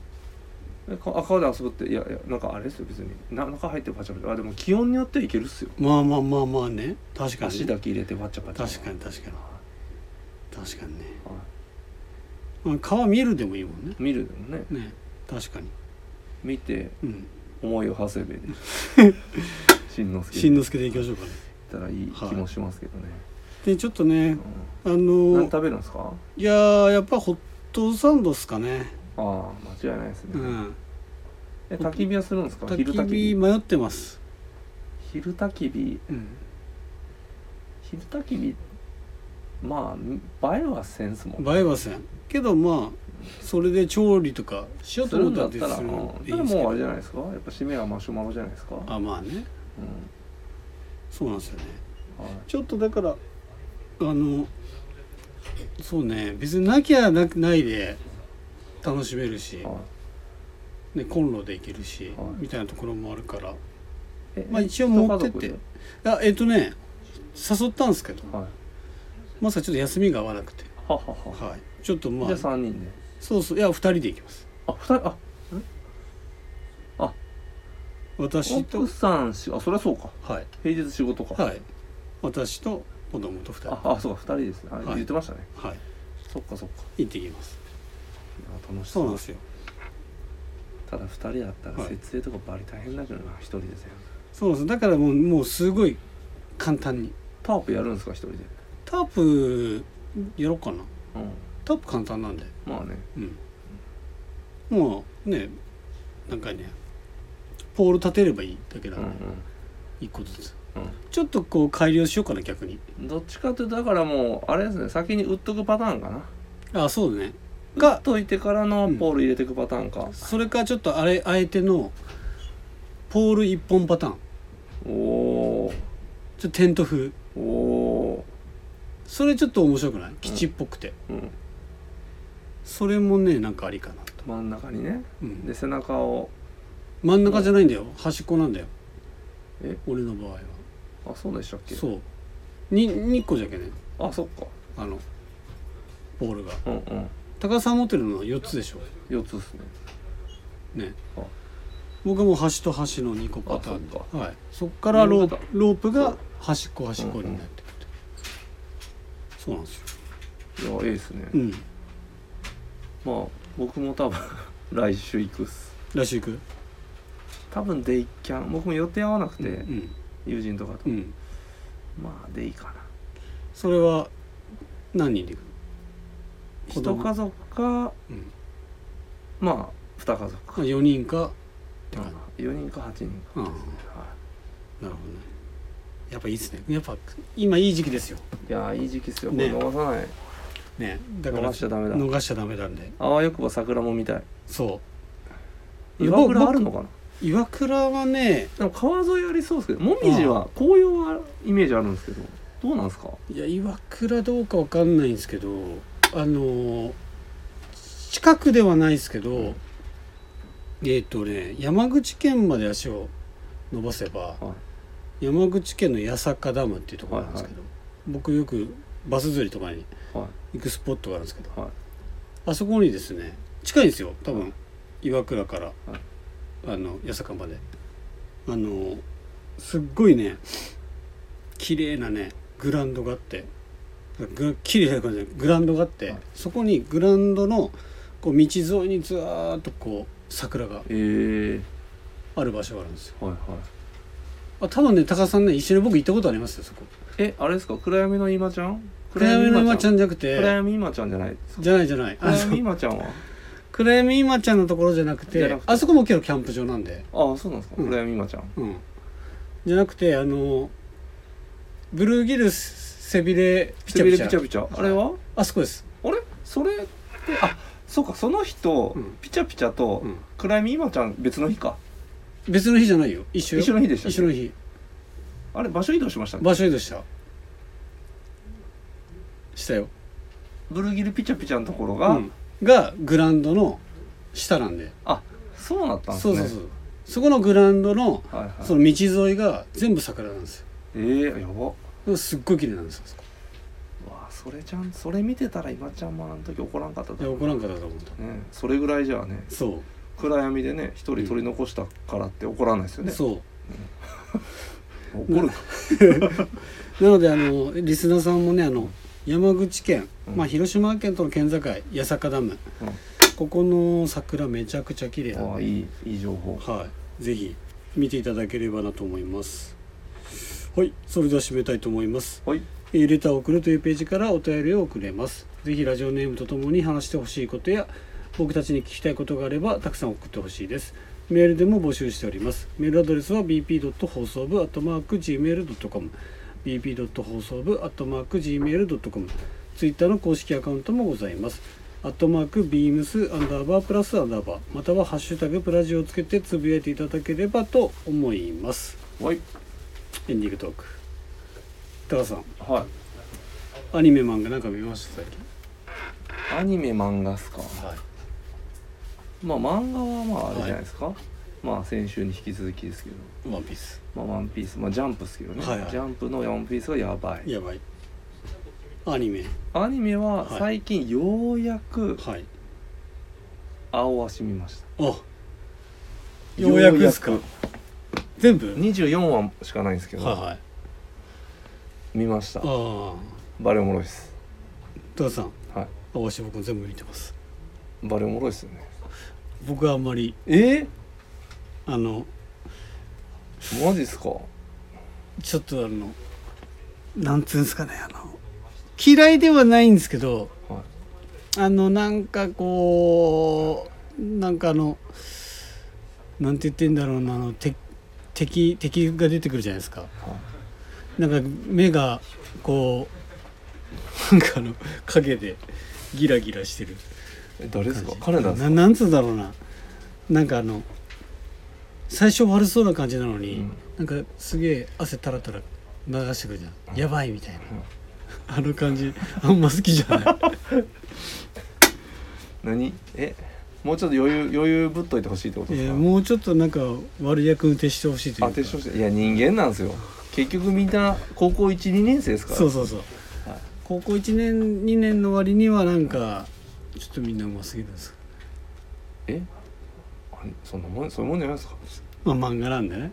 [SPEAKER 2] えかあ顔で遊ぶっていやいやなんかあれですよ別にな中入ってパチャパチャあでも気温によってはいけるっすよ
[SPEAKER 1] まあまあまあまあね確かに
[SPEAKER 2] 足
[SPEAKER 1] ね
[SPEAKER 2] だけ入れてパチャパチャ
[SPEAKER 1] 確かに確かに確かにね、
[SPEAKER 2] は
[SPEAKER 1] まあ、川見えるでもいいもんね
[SPEAKER 2] い見るでもね
[SPEAKER 1] ね確かに
[SPEAKER 2] 見て
[SPEAKER 1] うん
[SPEAKER 2] 思いを馳せべで しんのすけ
[SPEAKER 1] しん
[SPEAKER 2] に
[SPEAKER 1] のすけでいきましょうかね
[SPEAKER 2] 行ったらいい気もしますけどね、
[SPEAKER 1] でちょっとねあの
[SPEAKER 2] うん、何
[SPEAKER 1] ー
[SPEAKER 2] 食べるんですか
[SPEAKER 1] いやーやっぱホットサンドっすかね
[SPEAKER 2] ああ間違いないですね、
[SPEAKER 1] うん
[SPEAKER 2] え焚き火はするんですか
[SPEAKER 1] 焚
[SPEAKER 2] 昼焚き
[SPEAKER 1] き火
[SPEAKER 2] 火
[SPEAKER 1] 迷ってます、
[SPEAKER 2] 昼焚き火
[SPEAKER 1] うん、
[SPEAKER 2] 昼焚き火まあ映えはせんすもん
[SPEAKER 1] 映えませんけどまあそれで調理とかしよう
[SPEAKER 2] す
[SPEAKER 1] と
[SPEAKER 2] る
[SPEAKER 1] 思
[SPEAKER 2] ん
[SPEAKER 1] っ
[SPEAKER 2] だ
[SPEAKER 1] た
[SPEAKER 2] っ
[SPEAKER 1] ら
[SPEAKER 2] た
[SPEAKER 1] で
[SPEAKER 2] ら、
[SPEAKER 1] する
[SPEAKER 2] うん
[SPEAKER 1] ん
[SPEAKER 2] で
[SPEAKER 1] ですけ
[SPEAKER 2] も
[SPEAKER 1] ど
[SPEAKER 2] あれじゃないですかやっぱ締めはマシュマロじゃないですかうん
[SPEAKER 1] あまあねそうなんですよねちょっとだからあのそうね別になきゃなないで楽しめるし、
[SPEAKER 2] はいはい
[SPEAKER 1] ね、コンロでいけるし、
[SPEAKER 2] はい
[SPEAKER 1] みたいなところもあるから
[SPEAKER 2] え
[SPEAKER 1] まあ一応
[SPEAKER 2] 一
[SPEAKER 1] 持
[SPEAKER 2] 家
[SPEAKER 1] ってっ
[SPEAKER 2] 族
[SPEAKER 1] て
[SPEAKER 2] で
[SPEAKER 1] あえっ、とね誘ったんですけど
[SPEAKER 2] はいは
[SPEAKER 1] まさかちょっと休みが合わなくて、
[SPEAKER 2] はは
[SPEAKER 1] はい、ちょっとま
[SPEAKER 2] じゃ
[SPEAKER 1] あ
[SPEAKER 2] あ三人で
[SPEAKER 1] そうそういや2人で行きます
[SPEAKER 2] あ二人あ
[SPEAKER 1] 私と
[SPEAKER 2] 奥さんしあそりゃそうか
[SPEAKER 1] はい
[SPEAKER 2] 平日仕事か
[SPEAKER 1] はい私と子供と2人
[SPEAKER 2] ああそうか二人ですねはい
[SPEAKER 1] はい
[SPEAKER 2] 言ってましたね
[SPEAKER 1] はい
[SPEAKER 2] そっかそっか
[SPEAKER 1] 行ってきます
[SPEAKER 2] いや楽し
[SPEAKER 1] そう
[SPEAKER 2] そ
[SPEAKER 1] なん
[SPEAKER 2] う
[SPEAKER 1] ですよ
[SPEAKER 2] ただ二人だったら
[SPEAKER 1] はい
[SPEAKER 2] 設営とかバリ大変だけどな一人で全部
[SPEAKER 1] そうなんですだからもうもうすごい簡単に
[SPEAKER 2] タープやるんですか一人で
[SPEAKER 1] タープやろうかな
[SPEAKER 2] うん
[SPEAKER 1] タープ簡単なんで
[SPEAKER 2] まあね
[SPEAKER 1] うんもうねなんかねポール立てればいいだけ
[SPEAKER 2] う
[SPEAKER 1] だ
[SPEAKER 2] ん
[SPEAKER 1] から一個ずつ
[SPEAKER 2] うん
[SPEAKER 1] ちょっとこう改良しようかな逆に
[SPEAKER 2] うんどっちかというとだからもうあれですね先に売っとくパターンかな
[SPEAKER 1] あそうだね
[SPEAKER 2] 売っ
[SPEAKER 1] か
[SPEAKER 2] といてからのポール入れてくパターンか
[SPEAKER 1] それかちょっとあれあえてのポール一本パターン
[SPEAKER 2] おー
[SPEAKER 1] ちょっとテント風
[SPEAKER 2] お
[SPEAKER 1] それちょっと面白くない基地っぽくて、
[SPEAKER 2] ーうん
[SPEAKER 1] それもねなんかありかなと、
[SPEAKER 2] 真ん中にね
[SPEAKER 1] うん
[SPEAKER 2] で背中を
[SPEAKER 1] 真ん中じゃないんだよ端っこなんだよ
[SPEAKER 2] え
[SPEAKER 1] 俺の場合は
[SPEAKER 2] あそうでしたっけ
[SPEAKER 1] そうに2個じゃけね
[SPEAKER 2] あそっか
[SPEAKER 1] あのボールが
[SPEAKER 2] うんうん
[SPEAKER 1] 高田さん持ってるのは4つでしょ
[SPEAKER 2] 四つですね
[SPEAKER 1] ね
[SPEAKER 2] あ
[SPEAKER 1] 僕はもう端と端の2個パターン
[SPEAKER 2] あそっ
[SPEAKER 1] はい、そっからロー
[SPEAKER 2] な
[SPEAKER 1] プ
[SPEAKER 2] る
[SPEAKER 1] ロープ
[SPEAKER 2] そ
[SPEAKER 1] が
[SPEAKER 2] う
[SPEAKER 1] 端っこ端っこになってくるそうなんですよ
[SPEAKER 2] いやいいですね、
[SPEAKER 1] うん
[SPEAKER 2] まあ僕も多分 来週行くっす
[SPEAKER 1] らしいく
[SPEAKER 2] 多分デイキャン僕も予定合わなくて、
[SPEAKER 1] うん
[SPEAKER 2] 友人とかと、
[SPEAKER 1] うん
[SPEAKER 2] まあデイかな
[SPEAKER 1] それは何人で行く子
[SPEAKER 2] 一
[SPEAKER 1] 供
[SPEAKER 2] 家族か、
[SPEAKER 1] うん
[SPEAKER 2] まあ二家族か、
[SPEAKER 1] の4人かって感じ
[SPEAKER 2] 4人か8人か、
[SPEAKER 1] うんなる
[SPEAKER 2] は
[SPEAKER 1] ほどねやっぱいいですねやっぱ今いい時期ですよ
[SPEAKER 2] い、いやーいい時期っすよ、
[SPEAKER 1] ね
[SPEAKER 2] これ逃さない
[SPEAKER 1] ねだから
[SPEAKER 2] 逃しちゃダメだ
[SPEAKER 1] 逃しちゃダメなんで
[SPEAKER 2] あわよくば桜も見たい
[SPEAKER 1] そう
[SPEAKER 2] 岩倉
[SPEAKER 1] 僕
[SPEAKER 2] あるのかな
[SPEAKER 1] 岩倉はね
[SPEAKER 2] でも川沿いありそうですけどもみじは紅葉はイメージあるんですけどどうなんですか
[SPEAKER 1] いや岩倉どうかわかんないんですけどあのー近くではないですけど、
[SPEAKER 2] うん
[SPEAKER 1] えっ、とね山口県まで足を伸ばせば、
[SPEAKER 2] は
[SPEAKER 1] 山口県の八坂ダムっていうところなんですけど、僕よくバス釣りとかに
[SPEAKER 2] は
[SPEAKER 1] 行くスポットがあるんですけど
[SPEAKER 2] いはい
[SPEAKER 1] あそこにですね近いんですよ多分岩倉から、
[SPEAKER 2] はい
[SPEAKER 1] あの八坂まであのすっごいね綺麗なねグラウンドがあってグ綺麗な感じでグラウンドがあって、
[SPEAKER 2] はい
[SPEAKER 1] そこにグラウンドのこう道沿いにずわーっとこう桜が
[SPEAKER 2] えー、
[SPEAKER 1] ある場所があるんですよ
[SPEAKER 2] はいはい
[SPEAKER 1] あ多分ね高田さんね一緒に僕行ったことありますよそこ
[SPEAKER 2] えあれですか暗闇の今ちゃん
[SPEAKER 1] 暗闇の今ちゃ
[SPEAKER 2] ん
[SPEAKER 1] んじゃなく
[SPEAKER 2] 暗
[SPEAKER 1] て
[SPEAKER 2] 闇今ちゃんじゃない
[SPEAKER 1] じゃないじゃない
[SPEAKER 2] 暗
[SPEAKER 1] あの
[SPEAKER 2] 闇今ちゃんは
[SPEAKER 1] 暗闇今ちゃんのところじゃなく
[SPEAKER 2] じ
[SPEAKER 1] て
[SPEAKER 2] ゃなくて
[SPEAKER 1] あそこも今日キャンプ場なんで
[SPEAKER 2] ああそうなんですか
[SPEAKER 1] うん
[SPEAKER 2] 暗闇今ちゃん
[SPEAKER 1] うん、じゃなくてあのブルーギルス背びれピチャ
[SPEAKER 2] 背
[SPEAKER 1] ピ
[SPEAKER 2] びれ
[SPEAKER 1] チャ
[SPEAKER 2] ピチャピチャあれは
[SPEAKER 1] あそこです、
[SPEAKER 2] あれそれってあそうかその日と
[SPEAKER 1] うん
[SPEAKER 2] ピチャピチャと
[SPEAKER 1] うん
[SPEAKER 2] 暗闇今ちゃん別の日か
[SPEAKER 1] 別の日じゃないよ一緒よ
[SPEAKER 2] 一緒の日でしたっけ
[SPEAKER 1] 一緒の日
[SPEAKER 2] あれ場所移動しましたね
[SPEAKER 1] 場所移動したしたよ、
[SPEAKER 2] ブルギルピチャピチャのところ
[SPEAKER 1] う
[SPEAKER 2] が
[SPEAKER 1] ん、がグラウンドの下なんで
[SPEAKER 2] そうなったんです
[SPEAKER 1] そう
[SPEAKER 2] ね
[SPEAKER 1] そうそうそこのグラウンドの
[SPEAKER 2] はいはい
[SPEAKER 1] その道沿いが全部桜なんですよ
[SPEAKER 2] ええやば
[SPEAKER 1] すっごい綺麗なんですよあそこ
[SPEAKER 2] うわそれちゃんそれ見てたら今ちゃんもあの時怒らんかった
[SPEAKER 1] い
[SPEAKER 2] と
[SPEAKER 1] や
[SPEAKER 2] 思
[SPEAKER 1] 怒らんかったと思う
[SPEAKER 2] う、ね、それぐらいじゃあね
[SPEAKER 1] そ
[SPEAKER 2] 暗闇でね一人取り残したからって怒らないですよ
[SPEAKER 1] う
[SPEAKER 2] ね、
[SPEAKER 1] そ
[SPEAKER 2] 怒るか
[SPEAKER 1] うなのであのリスナーさんもねあの山口県、
[SPEAKER 2] うん
[SPEAKER 1] まあ、広島県との県境八坂ダム、
[SPEAKER 2] うん
[SPEAKER 1] ここの桜めちゃくちゃ綺麗なん
[SPEAKER 2] ああ
[SPEAKER 1] で
[SPEAKER 2] いいいい情報
[SPEAKER 1] はい、ぜひ見ていただければなと思います。はい、それでは締めたいと思います。
[SPEAKER 2] はい
[SPEAKER 1] えーレターを送るというページからお便りを送れます。ぜひラジオネームとともに話してほしいことや僕たちに聞きたいことがあればたくさん送ってほしいです。メールでも募集しております。メールアドレスは bp. 放送部 .gmail.com bp. 放送部 .gmail.com ツイッターの公式アカウントもございます。アットマークビームスアンダーバープラスアンダーバーまたはハッシュタグプラジをつけてつぶやいていただければと思います
[SPEAKER 2] はい
[SPEAKER 1] エンディングトーク高田さん
[SPEAKER 2] はい
[SPEAKER 1] アニメ漫画なんか見ました最近
[SPEAKER 2] アニメ漫画っすか
[SPEAKER 1] はい
[SPEAKER 2] まあ漫画はまああれじゃないですか、まあ先週に引き続きですけど
[SPEAKER 1] ワンピース
[SPEAKER 2] まあワンピースまあジャンプっすけどね、
[SPEAKER 1] はいはい
[SPEAKER 2] ジャンプのワンピースはやばい
[SPEAKER 1] やばいアニメ
[SPEAKER 2] アニメは
[SPEAKER 1] はい
[SPEAKER 2] 最近ようやく
[SPEAKER 1] はい
[SPEAKER 2] 青足見まし
[SPEAKER 1] あ
[SPEAKER 2] た、
[SPEAKER 1] ようやくですか
[SPEAKER 2] ようや
[SPEAKER 1] 全部
[SPEAKER 2] 24話しかないんですけど、
[SPEAKER 1] はいはい
[SPEAKER 2] 見ました
[SPEAKER 1] ああ
[SPEAKER 2] バレおもろいっす
[SPEAKER 1] 高田さん
[SPEAKER 2] はい
[SPEAKER 1] あわし僕も全部見てます
[SPEAKER 2] バレおもろいっすよね
[SPEAKER 1] 僕はあんまり
[SPEAKER 2] え
[SPEAKER 1] あの
[SPEAKER 2] ー、マジっすか
[SPEAKER 1] ちょっとあのなんつうんですかねあの嫌いではないんですけど
[SPEAKER 2] は
[SPEAKER 1] あのなんかこうなんかあのなんて言ってんだろうなあのて敵敵が出てくるじゃないですか
[SPEAKER 2] い、はい
[SPEAKER 1] なんか目がこうなんかあの影でギラギラしてる
[SPEAKER 2] え誰ですか
[SPEAKER 1] 感じ
[SPEAKER 2] 彼なんです
[SPEAKER 1] な
[SPEAKER 2] か
[SPEAKER 1] なんつうんだろうななんかあの最初悪そうな感じなのに、なんかすげえ汗タラタラ流してくるじゃんやばいみたいな、あの感じあんま好きじゃ ない
[SPEAKER 2] 何えもうちょっと余裕余裕ぶっといてほしいってこと
[SPEAKER 1] い
[SPEAKER 2] です
[SPEAKER 1] や
[SPEAKER 2] か、
[SPEAKER 1] もうちょっとなんか悪役に徹してほしいというか
[SPEAKER 2] 当てしてほしいいや人間なんですよ結局みんな高校12年生ですから
[SPEAKER 1] そうそうそう、
[SPEAKER 2] はい
[SPEAKER 1] 高校1年2年の割にはなんかちょっとみんなうますぎるんです
[SPEAKER 2] えあそんなもんそういうもんじゃないですか、
[SPEAKER 1] まあ漫画なんでね
[SPEAKER 2] はい、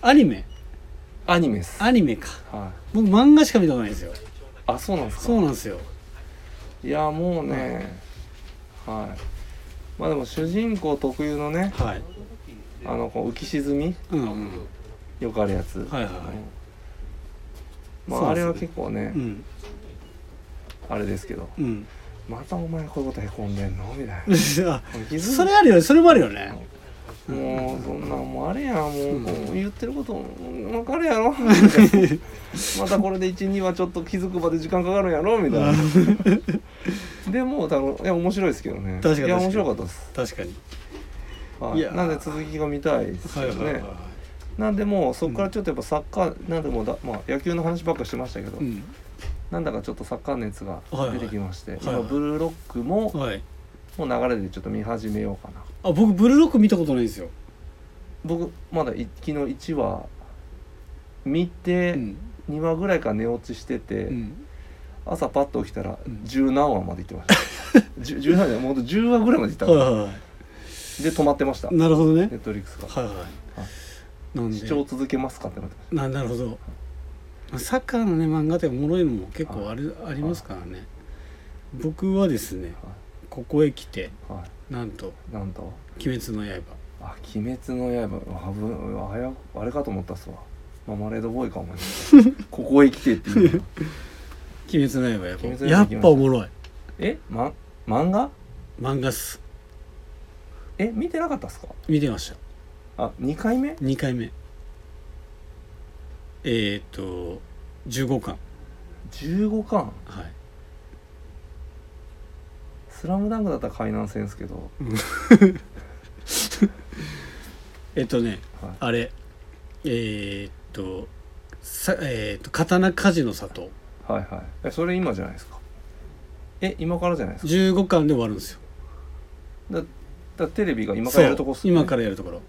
[SPEAKER 1] アニメ
[SPEAKER 2] アニメです
[SPEAKER 1] アニメか
[SPEAKER 2] はい
[SPEAKER 1] 僕漫画しか見たことないんですよ
[SPEAKER 2] あそうなんですか
[SPEAKER 1] そうなんですよ
[SPEAKER 2] いやもうね、はいまあでも主人公特有のね
[SPEAKER 1] はい
[SPEAKER 2] あのこう浮き沈み
[SPEAKER 1] うんうん
[SPEAKER 2] よくあるやつ
[SPEAKER 1] はいはい
[SPEAKER 2] うん
[SPEAKER 1] は
[SPEAKER 2] ま
[SPEAKER 1] そうなんで
[SPEAKER 2] ああ
[SPEAKER 1] す
[SPEAKER 2] れ
[SPEAKER 1] よ
[SPEAKER 2] は結構ね
[SPEAKER 1] いうん
[SPEAKER 2] あれですけど
[SPEAKER 1] うん
[SPEAKER 2] またお前こういうことへこんでんのみたいな
[SPEAKER 1] あ
[SPEAKER 2] これ気づい て
[SPEAKER 1] それあるよねそれもあるよね
[SPEAKER 2] もうそんなんもうあれやもう
[SPEAKER 1] うん
[SPEAKER 2] もう言ってること分かる やろまたこれで12はちょっと気づくまで時間かかるやろみたいなでも多分いや面白いですけどね
[SPEAKER 1] 確かに
[SPEAKER 2] い
[SPEAKER 1] 確か
[SPEAKER 2] や
[SPEAKER 1] に
[SPEAKER 2] 面白かったで
[SPEAKER 1] 確
[SPEAKER 2] す、
[SPEAKER 1] かに
[SPEAKER 2] はいい、
[SPEAKER 1] やー
[SPEAKER 2] なんで続きが見たいです
[SPEAKER 1] は
[SPEAKER 2] よ
[SPEAKER 1] い
[SPEAKER 2] ね、
[SPEAKER 1] はいはいは
[SPEAKER 2] なんでもうそこからちょっとやっぱサッカーなんでもだ、まあ、野球の話ばっかりしてましたけど、
[SPEAKER 1] いうん
[SPEAKER 2] なんだかちょっとサッカー熱が出てきまして、
[SPEAKER 1] はいはいはいはい
[SPEAKER 2] 今ブルーロックも、
[SPEAKER 1] はい
[SPEAKER 2] もう流れでちょっと見始めようかな
[SPEAKER 1] あ僕ブルーロック見たことないんですよ
[SPEAKER 2] 僕まだい昨日1話見て、
[SPEAKER 1] うん
[SPEAKER 2] 2話ぐらいから寝落ちしてて、
[SPEAKER 1] うん
[SPEAKER 2] 朝パッと起きたら
[SPEAKER 1] うん
[SPEAKER 2] 十何話まで行ってました、 十十何話もう10話ぐらいまで行った
[SPEAKER 1] はい
[SPEAKER 2] の
[SPEAKER 1] は
[SPEAKER 2] で止まってました
[SPEAKER 1] い
[SPEAKER 2] ネ
[SPEAKER 1] なるほどね
[SPEAKER 2] ットリックスが
[SPEAKER 1] はいはいなんで
[SPEAKER 2] 視聴続けますかってなってまし
[SPEAKER 1] ななるほどサッカーのね漫画っておもろいのも結構ある、ありますからね僕はですね
[SPEAKER 2] は
[SPEAKER 1] ここへ来て
[SPEAKER 2] たはい
[SPEAKER 1] なんと
[SPEAKER 2] なんと
[SPEAKER 1] 「鬼滅の刃
[SPEAKER 2] あ鬼滅の刃あぶあやあれかと思ったっすわマーマレードボーイか お前ここへ来てっていうの
[SPEAKER 1] 「鬼滅の刃」やっ
[SPEAKER 2] 鬼滅の
[SPEAKER 1] ぱ
[SPEAKER 2] 刃
[SPEAKER 1] やっぱおもろい
[SPEAKER 2] えま漫画
[SPEAKER 1] 漫画っす
[SPEAKER 2] え見てなかったっすか
[SPEAKER 1] 見てました
[SPEAKER 2] あ二2回目
[SPEAKER 1] 2回目えー、っと15巻
[SPEAKER 2] 15巻
[SPEAKER 1] はい
[SPEAKER 2] 「スラムダンクだったら海南戦ですけど、
[SPEAKER 1] えっとね
[SPEAKER 2] はい、
[SPEAKER 1] あれえー、っとさえー、っと刀鍛冶の里
[SPEAKER 2] はいはいえそれ今じゃないですかえ今からじゃないですか
[SPEAKER 1] 15巻で終わるんですよ
[SPEAKER 2] だだテレビが今からやるとこっす
[SPEAKER 1] そう今からやるところ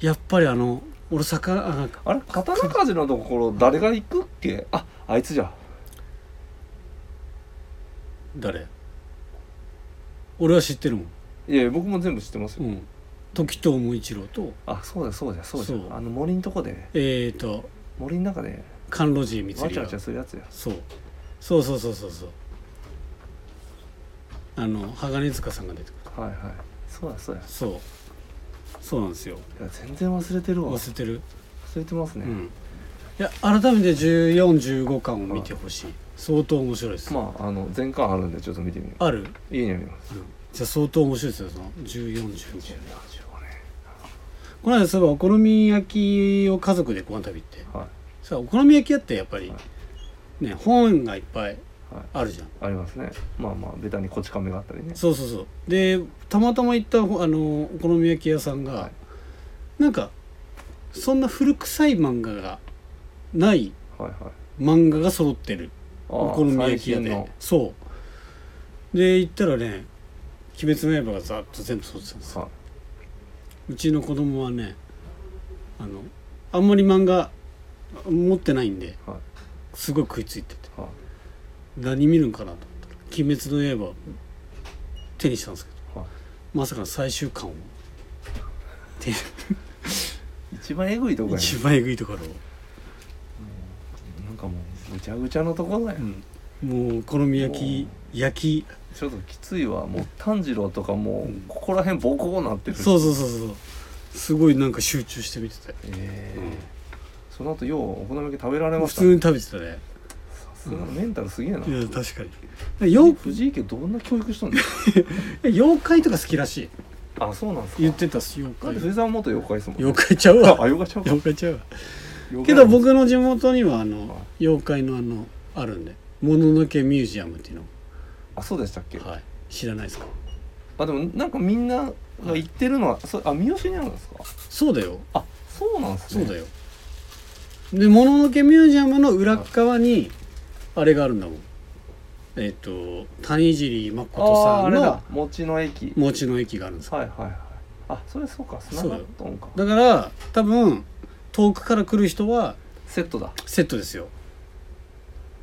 [SPEAKER 1] やっぱりあの俺魚あ
[SPEAKER 2] あれ刀鍛冶のところ誰が行くっけああいつじゃ
[SPEAKER 1] 誰俺は知ってるもん、
[SPEAKER 2] いや僕も全部知ってます
[SPEAKER 1] う
[SPEAKER 2] よ、
[SPEAKER 1] ん、時藤無一郎と
[SPEAKER 2] あそうだそうだそうだ
[SPEAKER 1] そう
[SPEAKER 2] あの森のとこでね
[SPEAKER 1] えー、と
[SPEAKER 2] 森の中で
[SPEAKER 1] 甘露寺光
[SPEAKER 2] わちゃ
[SPEAKER 1] が
[SPEAKER 2] わちゃするやつや
[SPEAKER 1] そうそうそうそうそうそうあの鋼塚さんが出てくる
[SPEAKER 2] はいはいそうだそうだ
[SPEAKER 1] そうそうなんですよ
[SPEAKER 2] いや全然忘れてるわ
[SPEAKER 1] 忘れてる
[SPEAKER 2] 忘れてますね、
[SPEAKER 1] うんいや改めて1415巻を見てほしい相当面白いです、
[SPEAKER 2] まああの全巻あるんでちょっと見てみよ
[SPEAKER 1] ある
[SPEAKER 2] う家にあります
[SPEAKER 1] じゃあ相当面白いですよその1415
[SPEAKER 2] 15ね
[SPEAKER 1] この間そういえばお好み焼きを家族でご飯食べ行って
[SPEAKER 2] はい
[SPEAKER 1] さお好み焼き屋ってやっぱり
[SPEAKER 2] は
[SPEAKER 1] ね本がいっぱい
[SPEAKER 2] はい
[SPEAKER 1] あるじゃん
[SPEAKER 2] ありますねまあまあベタにこち亀があったりね
[SPEAKER 1] そうそうそうでたまたま行ったほあのお好み焼き屋さんが、
[SPEAKER 2] はい
[SPEAKER 1] なんかそんな古臭い漫画がない
[SPEAKER 2] はいはい
[SPEAKER 1] 漫画が揃ってる
[SPEAKER 2] あ
[SPEAKER 1] お
[SPEAKER 2] ー
[SPEAKER 1] 好み焼き屋
[SPEAKER 2] 最近
[SPEAKER 1] で
[SPEAKER 2] の
[SPEAKER 1] そうで行ったらね「鬼滅の刃」がざっと全部揃ってたんですよ
[SPEAKER 2] は
[SPEAKER 1] うちの子供はねあのあんまり漫画持ってないんで
[SPEAKER 2] いは
[SPEAKER 1] すごい食いついてて
[SPEAKER 2] いはい
[SPEAKER 1] 何見るんかなと思ったら「鬼滅の刃」手にしたんですけど、
[SPEAKER 2] はい
[SPEAKER 1] まさかの最終巻を
[SPEAKER 2] 一番えぐいとこやね
[SPEAKER 1] 一番えぐいところを、
[SPEAKER 2] なんかもうぐちゃぐちゃのところだよ、
[SPEAKER 1] もうお好み焼き焼き
[SPEAKER 2] ちょっときついわもう炭治郎とかも
[SPEAKER 1] うん
[SPEAKER 2] うここら辺ボコーなってる
[SPEAKER 1] そううそうそうそうすごいなんか集中して見てた
[SPEAKER 2] ええ
[SPEAKER 1] うん
[SPEAKER 2] その後ようお好み焼き食べられま
[SPEAKER 1] 普
[SPEAKER 2] した
[SPEAKER 1] 通
[SPEAKER 2] ね
[SPEAKER 1] に食べてたね
[SPEAKER 2] さすがメンタルすげえない
[SPEAKER 1] や確かに妖
[SPEAKER 2] 藤井家どんな教育したんだよ
[SPEAKER 1] 妖怪とか好きらしい
[SPEAKER 2] あそうなんですか
[SPEAKER 1] 言ってたっす妖
[SPEAKER 2] だっ
[SPEAKER 1] 怪
[SPEAKER 2] て藤井さんは元妖怪ですもんね
[SPEAKER 1] 妖怪ちゃう
[SPEAKER 2] あ
[SPEAKER 1] わ
[SPEAKER 2] 妖怪ちゃうか
[SPEAKER 1] 妖怪ちゃうわ
[SPEAKER 2] 妖怪
[SPEAKER 1] けど僕の地元にはあの
[SPEAKER 2] はい
[SPEAKER 1] 妖怪のあのあるんで「もののけミュージアム」っていう
[SPEAKER 2] あそうでしたっけ
[SPEAKER 1] の、はい、知らないですか
[SPEAKER 2] あでもなんかみんなが言ってるのはそあ三好にあるんですか
[SPEAKER 1] そうだよ
[SPEAKER 2] あそうなんです
[SPEAKER 1] そ
[SPEAKER 2] ね
[SPEAKER 1] うだよで「もののけミュージアム」の裏っ側にあれがあるんだもんえっ、と谷尻誠
[SPEAKER 2] ああー
[SPEAKER 1] さ
[SPEAKER 2] あ
[SPEAKER 1] ん
[SPEAKER 2] れだ
[SPEAKER 1] の
[SPEAKER 2] 餅の駅
[SPEAKER 1] 餅の駅があるんです
[SPEAKER 2] はいはいはいあそれそうか砂がドンか
[SPEAKER 1] だから多分遠くから来る人は
[SPEAKER 2] セットだ
[SPEAKER 1] セットですよ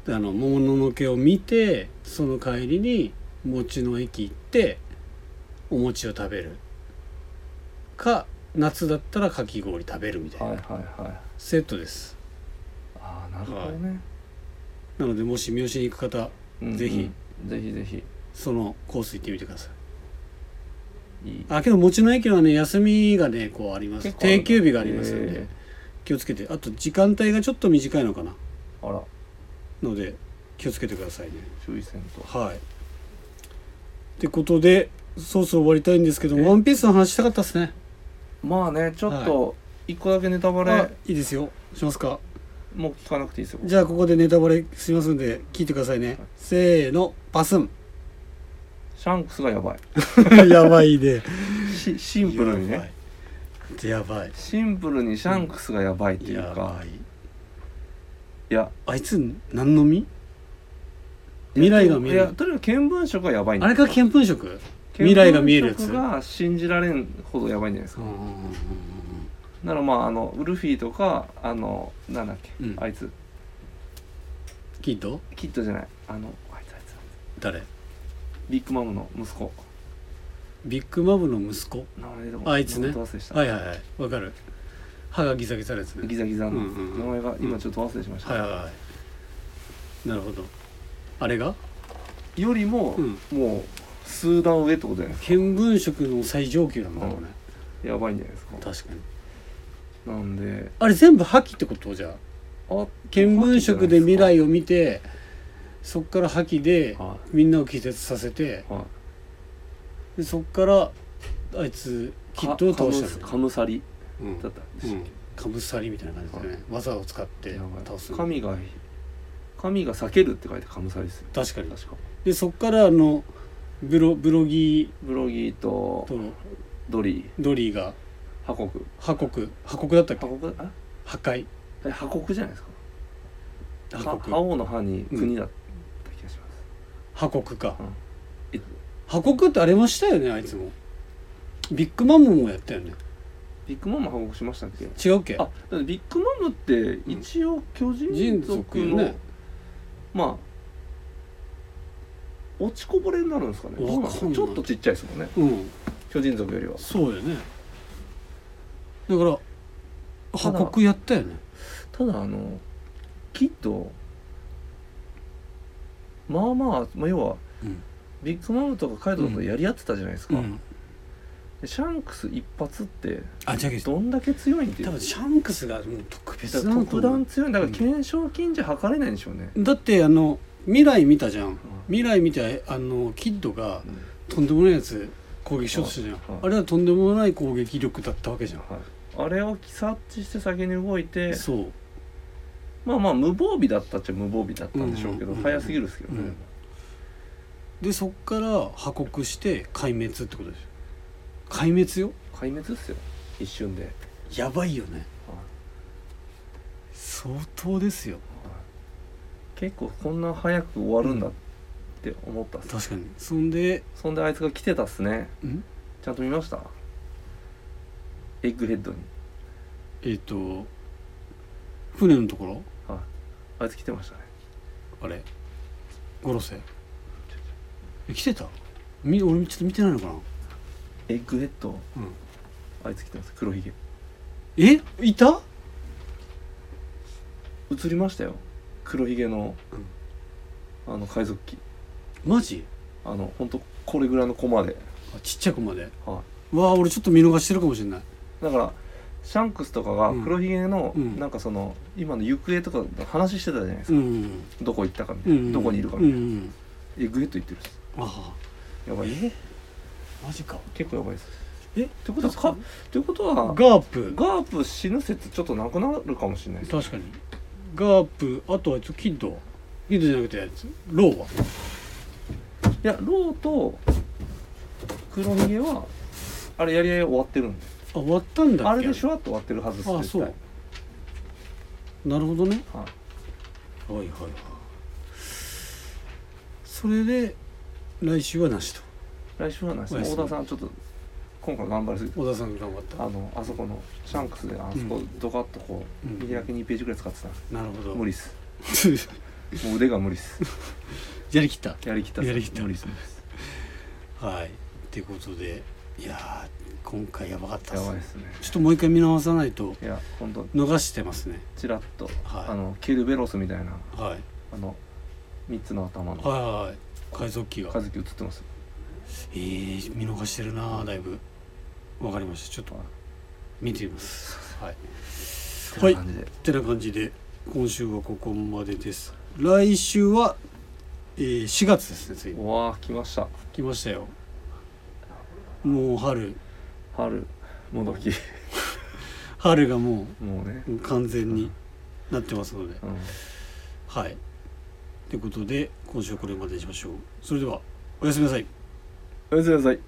[SPEAKER 1] あの「もののけ」を見てその帰りに餅の駅行ってお餅を食べるか夏だったらかき氷食べるみたいな、
[SPEAKER 2] はいはいはい
[SPEAKER 1] セットです
[SPEAKER 2] ああなるほどね、
[SPEAKER 1] なのでもし三好に行く方
[SPEAKER 2] うんうん
[SPEAKER 1] ぜひ
[SPEAKER 2] ぜひぜひ
[SPEAKER 1] そのコース行ってみてください
[SPEAKER 2] いい
[SPEAKER 1] あけど餅の駅はね休みがねこうあります
[SPEAKER 2] 結構ある
[SPEAKER 1] 定
[SPEAKER 2] んだ
[SPEAKER 1] 休日がありますんで
[SPEAKER 2] へ
[SPEAKER 1] 気をつけてあと時間帯がちょっと短いのかな
[SPEAKER 2] ーあら
[SPEAKER 1] ので気をつけてくださいね
[SPEAKER 2] 注意せんと
[SPEAKER 1] はい。ってことで、そろそろ終わりたいんですけど、
[SPEAKER 2] え
[SPEAKER 1] ワンピースの話したかったですね。
[SPEAKER 2] まあねちょっと一個だけネタバレ、
[SPEAKER 1] あいいですよ。しますか。
[SPEAKER 2] もう聞かなくていいですよ
[SPEAKER 1] じゃあ、ここでネタバレしますんで、聞いてくださいね。せーの、パ スン。
[SPEAKER 2] シャンクスがや ばい
[SPEAKER 1] やばいね。
[SPEAKER 2] しシンプルにね
[SPEAKER 1] やばい。
[SPEAKER 2] シンプルにシャンクスがやばいっていう
[SPEAKER 1] や
[SPEAKER 2] か
[SPEAKER 1] ばい。
[SPEAKER 2] いや
[SPEAKER 1] あいつ、何の実未来が見え
[SPEAKER 2] いや
[SPEAKER 1] る。
[SPEAKER 2] とにかく見聞色がやばいんだ
[SPEAKER 1] あれか見聞色未来が見えるやつ
[SPEAKER 2] 見聞色が信じられんほどやばいんじゃないです
[SPEAKER 1] う
[SPEAKER 2] か
[SPEAKER 1] んうんうんうんうん
[SPEAKER 2] ならまああのウルフィとかあのなんだっけ、
[SPEAKER 1] うん
[SPEAKER 2] あいつ
[SPEAKER 1] キッド
[SPEAKER 2] キッドじゃないあのあいつあいつ
[SPEAKER 1] 誰
[SPEAKER 2] ビッグマムの息子
[SPEAKER 1] ビッグマムの息子
[SPEAKER 2] 名前でも
[SPEAKER 1] あいつね
[SPEAKER 2] 名前忘れした、
[SPEAKER 1] はいはいはい。わかる。歯がギザギザのやつね。
[SPEAKER 2] ギザギザの、
[SPEAKER 1] うんうんうん
[SPEAKER 2] 名前が今ちょっと忘れしました、
[SPEAKER 1] はいはいはいなるほどあれが
[SPEAKER 2] よりも、
[SPEAKER 1] うん
[SPEAKER 2] もう数段上ってことじゃないです
[SPEAKER 1] 見聞色の最上級なんだろうね
[SPEAKER 2] かやばいんじゃないですか
[SPEAKER 1] 確かに
[SPEAKER 2] なんで
[SPEAKER 1] あれ全部覇気ってことじゃあ
[SPEAKER 2] あ
[SPEAKER 1] 見聞色で未来を見てそっから覇気で
[SPEAKER 2] は
[SPEAKER 1] みんなを気絶させて
[SPEAKER 2] いはい
[SPEAKER 1] でそっからあいつキッドを倒した
[SPEAKER 2] カム
[SPEAKER 1] の
[SPEAKER 2] カムサリ
[SPEAKER 1] うん
[SPEAKER 2] だったん
[SPEAKER 1] う
[SPEAKER 2] です
[SPEAKER 1] んかぶさりみたいな感じでね技を使って
[SPEAKER 2] やばい
[SPEAKER 1] 倒す確
[SPEAKER 2] 神が神が避けるって書いてカムサリですよ
[SPEAKER 1] かに
[SPEAKER 2] 確か
[SPEAKER 1] でそっからあのブロブロギ
[SPEAKER 2] ブロギーと
[SPEAKER 1] ーと
[SPEAKER 2] ドリー
[SPEAKER 1] ドリーが
[SPEAKER 2] ハコク
[SPEAKER 1] 破国破国だったっ
[SPEAKER 2] ハ
[SPEAKER 1] け
[SPEAKER 2] コクあ
[SPEAKER 1] 破壊
[SPEAKER 2] えハコクじゃないですか
[SPEAKER 1] 破
[SPEAKER 2] は
[SPEAKER 1] 国
[SPEAKER 2] 覇王の覇に国だった気がします、
[SPEAKER 1] 破国か、
[SPEAKER 2] うん
[SPEAKER 1] 破国ってあれもしたよねあいつもビッグマムもやったよね
[SPEAKER 2] ビッグマム破国しましたっけ
[SPEAKER 1] 違うっけ
[SPEAKER 2] あだってビッグマムって一応巨人
[SPEAKER 1] 人
[SPEAKER 2] 族
[SPEAKER 1] 族
[SPEAKER 2] の、
[SPEAKER 1] よね
[SPEAKER 2] まあ落ちこぼれになるんですかねどうなんです
[SPEAKER 1] わかんない
[SPEAKER 2] ちょっとちっちゃいですもんね
[SPEAKER 1] うん
[SPEAKER 2] 巨人族よりは
[SPEAKER 1] そうよねだから
[SPEAKER 2] ただ
[SPEAKER 1] 破国やったよね
[SPEAKER 2] ただあのきっとまあまあ、まあ、要は
[SPEAKER 1] うん
[SPEAKER 2] ビッグマムとかカイドウとやり合ってたじゃないです
[SPEAKER 1] う
[SPEAKER 2] か、
[SPEAKER 1] ん
[SPEAKER 2] でシャンクス一発って
[SPEAKER 1] あじゃあ
[SPEAKER 2] どんだけ強いんっていう
[SPEAKER 1] 多分シャンクスがもう特別なのと
[SPEAKER 2] 特
[SPEAKER 1] 思う
[SPEAKER 2] 段強いだか
[SPEAKER 1] う
[SPEAKER 2] ら
[SPEAKER 1] ん
[SPEAKER 2] 懸賞金じゃ測れないんでしょうね、
[SPEAKER 1] だってあの未来見たじゃん
[SPEAKER 2] う
[SPEAKER 1] 未来見てあのキッドが
[SPEAKER 2] ん
[SPEAKER 1] とんでもないやつ攻撃しようとしたじゃん
[SPEAKER 2] はいはい
[SPEAKER 1] あれはとんでもない攻撃力だったわけじゃん
[SPEAKER 2] はい、あれを察知して先に動いて
[SPEAKER 1] そう
[SPEAKER 2] まあまあ無防備だったっちゃ無防備だったんでしょうけど、
[SPEAKER 1] うんうんうん
[SPEAKER 2] 早すぎるですけどね、
[SPEAKER 1] うんでそっから破国して壊滅ってことでしょ壊滅よ
[SPEAKER 2] 壊滅っすよ一瞬で、はい
[SPEAKER 1] やばいよね相当ですよ
[SPEAKER 2] 結構こんな早く終わるんだって思ったっす、
[SPEAKER 1] 確かにそんで
[SPEAKER 2] そんであいつが来てたっすね
[SPEAKER 1] ん
[SPEAKER 2] ちゃんと見ましたエッグヘッドに
[SPEAKER 1] えっ、と船のところ
[SPEAKER 2] あいつ来てましたね
[SPEAKER 1] あれ五老星え来てたみ俺ちょっと見てないのかな、
[SPEAKER 2] エッグヘッド
[SPEAKER 1] うん、
[SPEAKER 2] あいつ来てます黒ひげ
[SPEAKER 1] えいた
[SPEAKER 2] 映りましたよ黒ひげの、あの海賊機
[SPEAKER 1] マジ
[SPEAKER 2] あの本当これぐらいのコマで、
[SPEAKER 1] あちっちゃい子まで
[SPEAKER 2] は
[SPEAKER 1] わあ俺ちょっと見逃してるかもしれない
[SPEAKER 2] い、だからシャンクスとかが
[SPEAKER 1] うん
[SPEAKER 2] 黒ひげの、
[SPEAKER 1] うん
[SPEAKER 2] なんかその今の行方とか話してたじゃないです
[SPEAKER 1] う
[SPEAKER 2] か、
[SPEAKER 1] ん、
[SPEAKER 2] どこ行ったかみた
[SPEAKER 1] う
[SPEAKER 2] いな、
[SPEAKER 1] ん、
[SPEAKER 2] どこにいるか
[SPEAKER 1] うん、う
[SPEAKER 2] みたい
[SPEAKER 1] ん、
[SPEAKER 2] な、エグヘッド行ってるっす
[SPEAKER 1] あ
[SPEAKER 2] やばい
[SPEAKER 1] えあマジか
[SPEAKER 2] 結構やばいです
[SPEAKER 1] え
[SPEAKER 2] ってことはかってことは
[SPEAKER 1] ガープ
[SPEAKER 2] ガープ死ぬ説ちょっとなくなるかもしれないです
[SPEAKER 1] 確かにガープあとはちょキッドキッドじゃなくてやつローはい
[SPEAKER 2] やローと黒ひげはあれやり合い終わってるんで
[SPEAKER 1] あ終わったんだっけ
[SPEAKER 2] あれでシュワッと終わってるはずです
[SPEAKER 1] あ
[SPEAKER 2] 絶対
[SPEAKER 1] そうなるほどね
[SPEAKER 2] はい
[SPEAKER 1] はいはいはいそれで来週はなしと
[SPEAKER 2] 来週はないですね
[SPEAKER 1] おやすみ
[SPEAKER 2] 太田さんちょっと今回頑張りすぎて
[SPEAKER 1] 小田さんが頑張った
[SPEAKER 2] あのあそこのシャンクスであそこドカッとこう、
[SPEAKER 1] うん
[SPEAKER 2] 見開き2ページぐらい使ってたんです
[SPEAKER 1] なるほど
[SPEAKER 2] 無
[SPEAKER 1] 理
[SPEAKER 2] 理っすもう腕が無理っす
[SPEAKER 1] やりきった
[SPEAKER 2] やりきったっす
[SPEAKER 1] やりきった
[SPEAKER 2] 無理っす無理っす
[SPEAKER 1] はいってことでいやー今回やばかった
[SPEAKER 2] や
[SPEAKER 1] っす
[SPEAKER 2] ばいっすね
[SPEAKER 1] ちょっともう一回見直さないと
[SPEAKER 2] いや本当
[SPEAKER 1] 逃してますね
[SPEAKER 2] ちらっと、
[SPEAKER 1] はい
[SPEAKER 2] あのケルベロスみたいな
[SPEAKER 1] はい
[SPEAKER 2] あの3つの頭の
[SPEAKER 1] はいはいはい海賊機が
[SPEAKER 2] 和樹映ってます
[SPEAKER 1] えー、見逃してるなあだいぶわかりましたちょっと見てみますはいはい
[SPEAKER 2] こんな感じで
[SPEAKER 1] ってな感じで今週はここまでです来週は、えー4月ですねついに
[SPEAKER 2] うわー来ました
[SPEAKER 1] 来ましたよもう春
[SPEAKER 2] 春もどき
[SPEAKER 1] 春がも
[SPEAKER 2] もうね、
[SPEAKER 1] う完全になってますので
[SPEAKER 2] うん、
[SPEAKER 1] はいということで今週はこれまでにしましょうそれではおやすみなさい
[SPEAKER 2] おやすみなさい